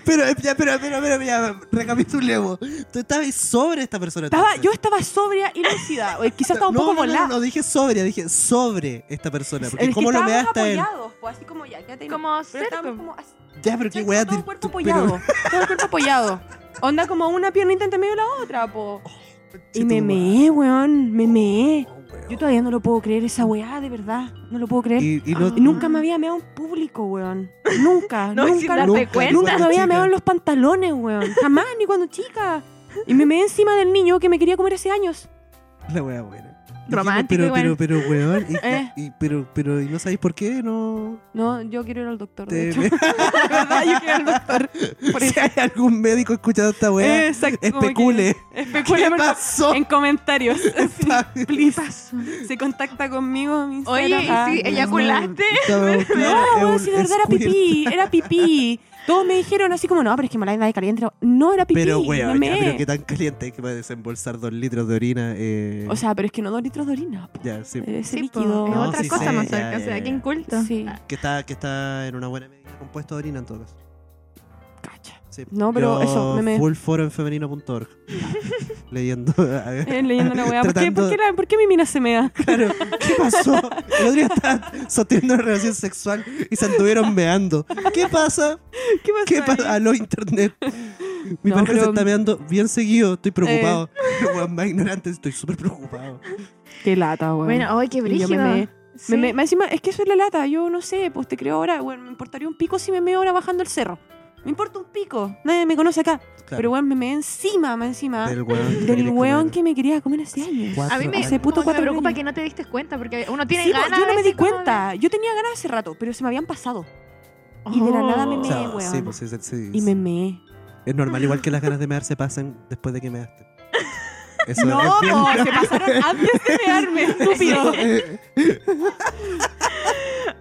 A: Pero, eh, ya, pero, pero, pero, ya, recapitulemos. Tú estabas sobre esta persona.
C: Estaba,
A: entonces.
C: yo estaba sobria y lúcida. o Quizás estaba un
A: No,
C: poco
A: no, no,
C: volada.
A: No, dije sobria, dije sobre esta persona. Porque
C: Es que
A: cómo lo
C: estábamos
A: measte a él.
C: apoyados, pues, así como ya, ya te-
B: Como
C: Pero
B: cerca.
C: estábamos como así.
A: Ya, pero qué
C: ¿Cachai?
A: weá.
C: Todo el
A: te-
C: cuerpo
A: tú- pero-
C: apoyado. Todo el cuerpo apoyado. Onda como una piernita entre medio de la otra, po. Y
A: Che,
C: me
A: tu
C: meé, weón. Me meé.
A: Oh, weón.
C: Yo todavía no lo puedo creer, esa weá, de verdad. No lo puedo creer.
A: Y, y no,
C: Y nunca me había meado en público, weón. Nunca,
B: No, y sin
C: nunca.
B: darte
C: Nunca,
B: cuenta.
C: nunca me había
A: Chica.
C: meado en los pantalones, weón. Jamás, ni cuando chica. Y me meé encima del niño que me quería comer hace años.
A: La weá buena. Dijimos,
B: Romántico
A: pero,
B: igual.
A: pero, pero, weón, y,
C: Eh.
A: y- pero, pero, ¿y no sabéis por qué? No.
C: No, yo quiero ir al doctor. De
A: Te-
C: hecho, La verdad, yo quiero ir al doctor. Por
A: si
C: eso.
A: hay algún médico escuchando esta weá,
C: Exacto, como que-
A: especule.
C: Especule
A: ¿Qué
C: por-
A: pasó?
C: en comentarios. Please.
B: Paso.
C: Se contacta conmigo en mi
B: Oye, ¿y
C: Instagram.
B: si
C: Ah,
B: eyaculaste?
A: Estaba- claro,
C: No,
A: es
C: weón,
A: un
C: si la verdad era
A: squirt.
C: pipí, era pipí. Todos me dijeron así como, no, pero es que me la de caliente. No, era pipí.
A: Pero,
C: me
A: weón, ya,
C: meé.
A: pero qué tan caliente que va a desembolsar dos litros de orina. Eh,
C: O sea, eh. pero es que no dos litros de orina. po.
A: ya, sí.
C: Ese
B: Sí,
C: líquido.
B: po, es
A: No,
B: otra
A: sí
B: cosa
A: sé,
B: más
A: ya,
B: cerca, o
A: ya,
B: sea,
A: ya.
B: qué inculto.
C: Sí,
A: Que está, que está en una buena medida compuesto de orina en todo caso.
C: cacha.
A: Sí.
C: No, pero
A: Yo,
C: eso, me me-
A: Full foro en femenino.org. leyendo.
C: Eh, leyendo la weá. ¿Por qué,
A: Tratando-
C: por, qué la- por qué mi mina se me da?
A: Claro, ¿qué pasó? El otro día estaban sosteniendo una relación sexual y se anduvieron meando. ¿Qué pasa?
C: ¿Qué pasa?
A: ¿Qué
C: ahí?
A: pasa? Aló, internet. Mi
C: No,
A: pareja se
C: pero- Eh.
A: está meando bien seguido, estoy preocupado. Pero, weón, más ignorante, estoy súper preocupado.
C: Qué lata, weón.
B: Bueno, ay, qué
C: Y yo me
B: brígido.
C: meé.
B: Sí.
C: Me- me- más encima, es que eso es la lata. Yo no sé, pues te creo ahora, weón. Me importaría un pico si me meo ahora bajando el cerro. Me importa un pico. Nadie me conoce acá. Pero, weón, me meé encima, más encima.
A: del weón.
C: Del weón que me quería comer hace años.
A: Cuatro
B: A mí me,
A: años.
C: Hace
B: como
C: puto
B: que me
C: cuatro
B: preocupa
C: años.
B: que no te diste cuenta, porque uno tiene
C: Sí, pues,
B: ganas.
C: yo no
B: a
C: me
B: veces
C: di
B: como
C: cuenta. Yo tenía ganas hace rato, pero se me habían pasado.
B: de-
C: y de la nada me
A: O
B: Oh.
A: sea,
C: meé, weón.
A: sí, pues, sí, sí, sí,
C: Y me meé.
A: Es normal, igual que las ganas de mear se pasan después de que measte. Eso
C: No,
A: es bien-
C: po, se pasaron antes de mearme, estúpido.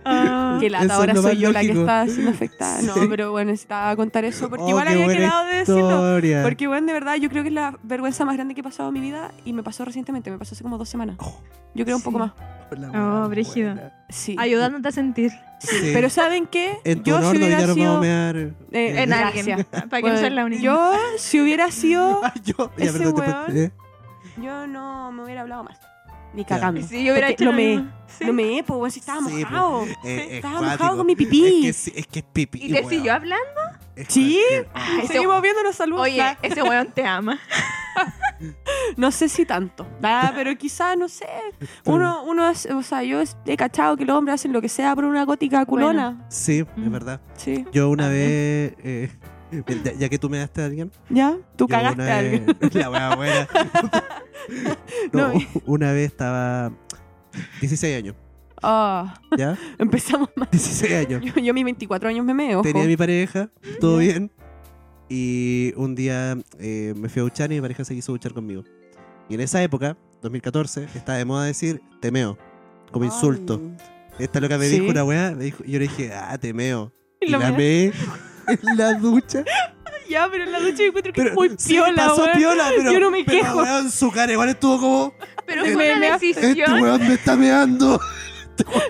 B: Ah.
C: Qué
A: Eso
C: lata,
A: es
C: ahora
A: lo
C: soy
A: más
C: yo la que
A: lógico.
C: está siendo afectada. No,
A: Sí.
C: pero bueno, necesitaba contar eso porque
A: Oh,
C: igual
A: qué
C: había
A: buena
C: quedado de decirlo.
A: Historia.
C: Porque bueno, de verdad, yo creo que es la vergüenza más grande que he pasado en mi vida y me pasó recientemente, me pasó hace como dos semanas.
A: Oh.
C: Yo creo un
B: Sí.
C: poco más.
A: La weá
B: brígido.
A: buena.
C: Sí.
B: Ayudándote a sentir.
A: Sí.
C: Oh, Pero ¿saben qué?
A: Eh, en tu honor no hubiera mear. eh,
C: Eh,
B: En
A: eh,
C: Gracias.
B: alguien. Para que no
C: Bueno,
B: seas la única.
C: Yo, si hubiera sido,
A: Ah, yo. Ya,
C: ese
A: perdón, te
C: weón-
A: puedo- eh,
C: yo no me hubiera hablado más. Ni
A: Ya.
C: cagando.
B: Sí, yo hubiera
C: Porque
B: hecho
C: lo
B: lo
C: meé.
B: mismo. Sí.
C: No me, pues, bueno, si estaba
A: Sí, pues,
C: mojado.
A: eh, es
C: estaba
A: cuático.
C: mojado con mi
A: Es
C: pipí.
A: que, sí, es que es pipí.
B: ¿Y te
A: weón.
B: siguió hablando?
A: Es
C: Sí.
A: cualquier-
B: Ah, ese-
C: pues, Seguimos viendo los saludos.
B: Oye, ese weón te ama.
C: No sé si tanto, ah, pero quizá, no sé. Uno, uno hace- o sea, yo he cachado que los hombres hacen lo que sea por una gótica culona.
A: Sí, es
B: Mm.
A: verdad.
C: Sí.
A: Yo una vez. eh, ya, ya que tú me daste a alguien.
C: ¿Ya? Tú
A: yo una
C: cagaste a alguien.
A: vez- La weá buena. no,
C: No.
A: una vez estaba. 16 años,
C: Ah,
A: ¿ya?
C: empezamos mal.
A: 16 años.
C: Yo, yo a mis 24 años me meo. ojo.
A: Tenía mi pareja, todo
C: Ya.
A: bien. Y un día eh, me fui a duchar y mi pareja se quiso duchar conmigo. Y en esa época, 2014, estaba de moda decir temeo, como insulto. Esta loca me
C: Sí.
A: dijo una weá, me dijo, y yo le dije, ah, temeo.
C: Ay,
A: Y
C: lo
A: la
C: me-
A: meé en la ducha.
C: Ya, pero en la ducha yo encuentro que
A: Pero
C: es muy
A: sí,
C: piola,
A: pasó
C: weón.
A: piola, pero,
C: Yo no me
A: pero,
C: quejo.
A: weón, su cara igual estuvo como,
B: Pero
C: Me-
B: fue
C: me-
B: una
A: este
B: decisión.
A: weón me está meando,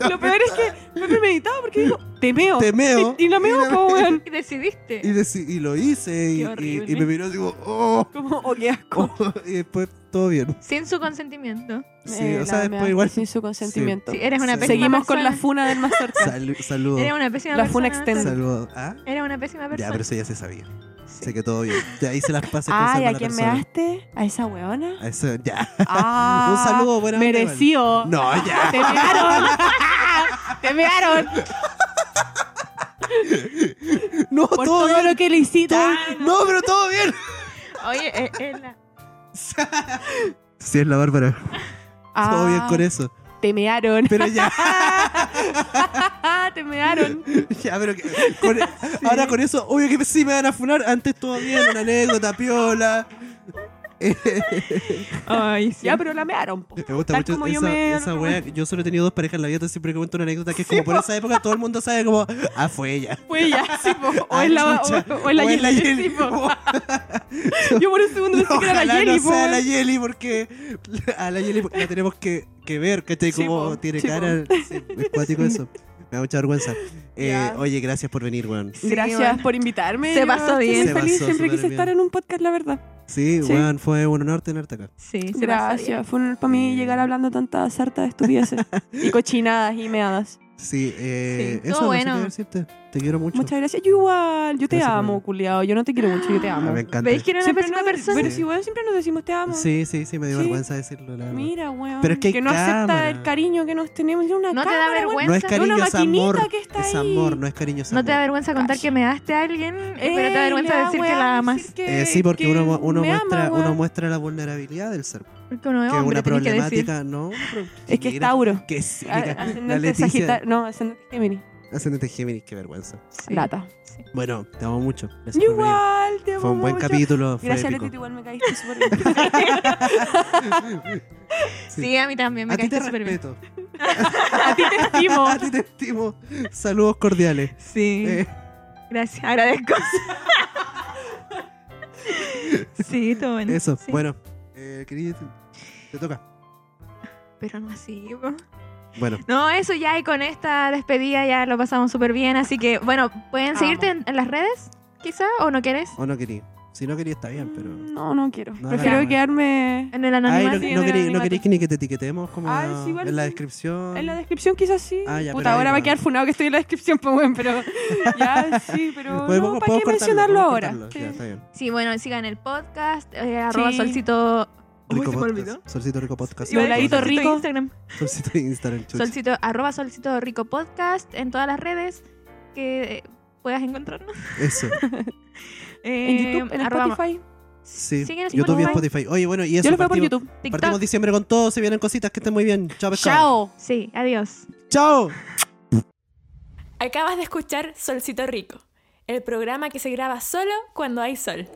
C: Lo peor es que fue premeditado porque dijo, te meo.
A: temeo.
C: Y, y lo meo, po, weón.
B: Y decidiste.
A: Y, deci- y lo hice, y,
B: Qué
A: y-
B: horrible.
A: y me miró y digo, oh,
C: Como, oh, qué asco.
A: oh, y después todo bien.
B: Sin su consentimiento.
A: Sí,
C: Eh,
A: o
C: la
A: sea,
C: mea,
A: después igual
C: Sin su consentimiento.
B: Sí, eres una
A: Sí.
B: pésima
C: Seguimos con
B: persona.
C: la funa del más cerca.
A: Salu- saludos.
B: Eres una pésima
C: La
B: persona.
C: funa extended.
A: Saludos. ¿Ah?
B: Eres una pésima persona.
A: Ya, pero eso ya se sabía.
B: Sí.
A: Sé que todo bien. Ya ahí se las pasé con
C: Ay,
A: ser
C: ¿a
A: mala
C: quién
A: persona.
C: measte? ¿A esa weona?
A: A eso, ya.
C: Ah,
A: Un saludo, buena onda, igual.
C: Mereció.
A: No, ya.
C: Te pegaron. Te pegaron.
A: No,
C: Por
A: todo
C: todo,
A: bien.
C: lo que le hiciste.
A: todo- No, pero todo bien.
B: Oye, es, es la...
A: Sí, es la Bárbara. Todo bien con eso.
C: Ah, Te mearon.
A: Pero ya,
C: Ah, te mearon.
A: ya, pero que- con- e- ahora con eso, obvio que sí me van a funar. Antes todo bien, una anécdota, piola.
B: Ay, sí.
C: Ya, pero la mearon. po.
A: Me gusta
C: Tal
A: mucho
C: como
A: esa,
C: yo me-
A: esa wea. Yo solo he tenido dos parejas en la vida, entonces siempre que cuento una anécdota que es como por esa época todo el mundo sabe como, ah, fue ella.
C: Fue ya, sí, po. O
A: Ah,
C: es la,
A: chucha.
C: o, o es la
A: O es la
C: Yeli,
A: Yeli.
C: sí, po. Yo por un segundo pensé que era la
A: Ojalá
C: Yeli,
A: no
C: po.
A: sea la
C: weón.
A: Yeli porque a la Yeli la tenemos que, que ver, ¿cachai?
C: Sí,
A: Como
C: po,
A: tiene
C: sí, po.
A: cara. sí, es cuático eso. Me da mucha vergüenza. Eh,
C: Ya.
A: oye, gracias por venir, weón.
B: Sí,
C: Gracias
B: bueno.
C: por invitarme.
B: Se
C: Yo
B: pasó
C: estoy
B: bien.
A: Se
C: feliz.
A: pasó
C: Siempre
A: súper
C: quise
A: bien.
C: estar en un podcast, la verdad.
A: Sí,
C: Sí.
A: weón, fue un honor tenerte acá.
B: Sí, se pasa bien.
C: Gracias, fue un honor para
A: Mm.
C: mí llegar hablando tantas hartas de estupideces y cochinadas y meadas.
A: Sí, eh,
B: Sí,
A: eso no
B: estuvo
A: sé qué
B: bueno.
A: decirte. Te quiero mucho.
C: Muchas gracias. Yo igual, yo te
A: Gracias,
C: amo,
A: Pamela.
C: culiado. Yo no te quiero mucho, yo te
A: Ah,
C: amo.
A: me encanta.
B: ¿Veis que era una
C: Siempre
B: pésima
C: nos-
B: persona?
C: Pero si igual siempre nos decimos te amo.
A: Sí, sí, sí, me dio
C: Sí.
A: vergüenza decirlo. La verdad.
C: Mira, weón.
A: Pero es que hay
C: no acepta
A: cámara.
C: el cariño que nos tenemos. Yo una
B: ¿No te da
C: cámara, weón.
A: no
B: vergüenza?
A: es
B: Una
A: cariño, es
C: maquinita
A: amor.
C: que está
A: es
C: ahí.
A: amor, no es cariño, es
B: No
A: amor.
B: te da vergüenza contar que me daste a alguien, eh, pero te da
C: Ey,
B: vergüenza
C: le da
B: decir que
C: weón
B: la amas.
C: decir que-
A: Eh, sí, porque
C: que
A: uno, mu- uno
C: me ama,
A: muestra, uno
C: weón.
A: muestra la vulnerabilidad del ser, que
B: Porque uno es
A: es
B: hombre,
A: una
B: tenés que decir.
A: problemática, ¿no? pero-
C: Es que es
A: mira,
C: Tauro. Ah,
A: Que sí,
C: A-
A: mira, la
C: Ascendente
A: Leticia,
C: Sagitario. No, ascendente Géminis.
A: ascendente Géminis, qué vergüenza.
B: Sí.
C: Lata.
A: Bueno, te amo mucho. Gracias
C: Yo
A: por venir.
C: igual, te amo.
A: Fue un buen
C: mucho.
A: capítulo. Fue
C: Gracias,
A: épico.
C: Leti, tú igual me caíste súper bien.
B: Sí. a mí también me
A: A ti te
B: caíste súper bien.
A: respeto.
B: A ti te estimo.
A: A ti te estimo. Saludos cordiales.
B: Sí.
A: Eh,
B: Gracias, agradezco. sí, todo bueno.
A: eso,
B: Sí.
A: bueno. Eh, querida, te- te toca.
B: Pero no así. po.
A: Bueno,
B: No, eso ya y con esta despedida ya lo pasamos súper bien. Así que, bueno, ¿pueden
C: Amo.
B: seguirte en, en las redes? Quizá, o no quieres.
A: o no querí. Si no querí, está bien, pero.
C: No, no quiero.
A: No,
C: Prefiero
A: no.
C: quedarme.
B: En el
A: Ay, no,
B: anonimato.
A: no,
C: sí, en el
A: querí, no
C: anonimato.
A: querí que ni que te etiquetemos como
C: Ay, sí, igual
A: en la
C: sí.
A: descripción.
C: En la descripción quizás sí.
A: Ah, ya, pero
C: Puta,
A: ahí
C: ahora va a
A: va.
C: quedar funado que estoy en la descripción, pues bueno, pero ya sí, pero
A: Podemos- podemos
C: no, ¿para qué
A: cortarlo,
C: mencionarlo
A: podemos
C: ahora?
A: cortarlo, Ya,
C: Sí.
A: está bien.
B: Sí, bueno, sigan el podcast. eh, arroba
C: Sí.
B: solcito. Uy,
A: Rico
B: se me olvidó.
A: podcast. Solcito Rico Podcast.
C: Y voladito
A: Solcito-
C: rico.
B: Instagram.
A: Solcito de Instagram. chucha.
B: Solcito, arroba solcito rico podcast en todas las redes que eh, puedas encontrarnos.
A: Eso.
C: En
B: Eh,
C: YouTube, en
B: arroba-
C: Spotify.
A: Sí.
B: Siguen en
A: YouTube y
B: Spotify.
A: Spotify. Oye, bueno, y eso.
C: Yo los veo por
A: partimos,
C: YouTube.
B: TikTok.
A: partimos diciembre con todo. Se vienen cositas que estén muy bien. Chao, pescado.
C: Chao.
B: Sí, adiós.
A: Chao.
D: Acabas de escuchar Solcito Rico, el programa que se graba solo cuando hay sol.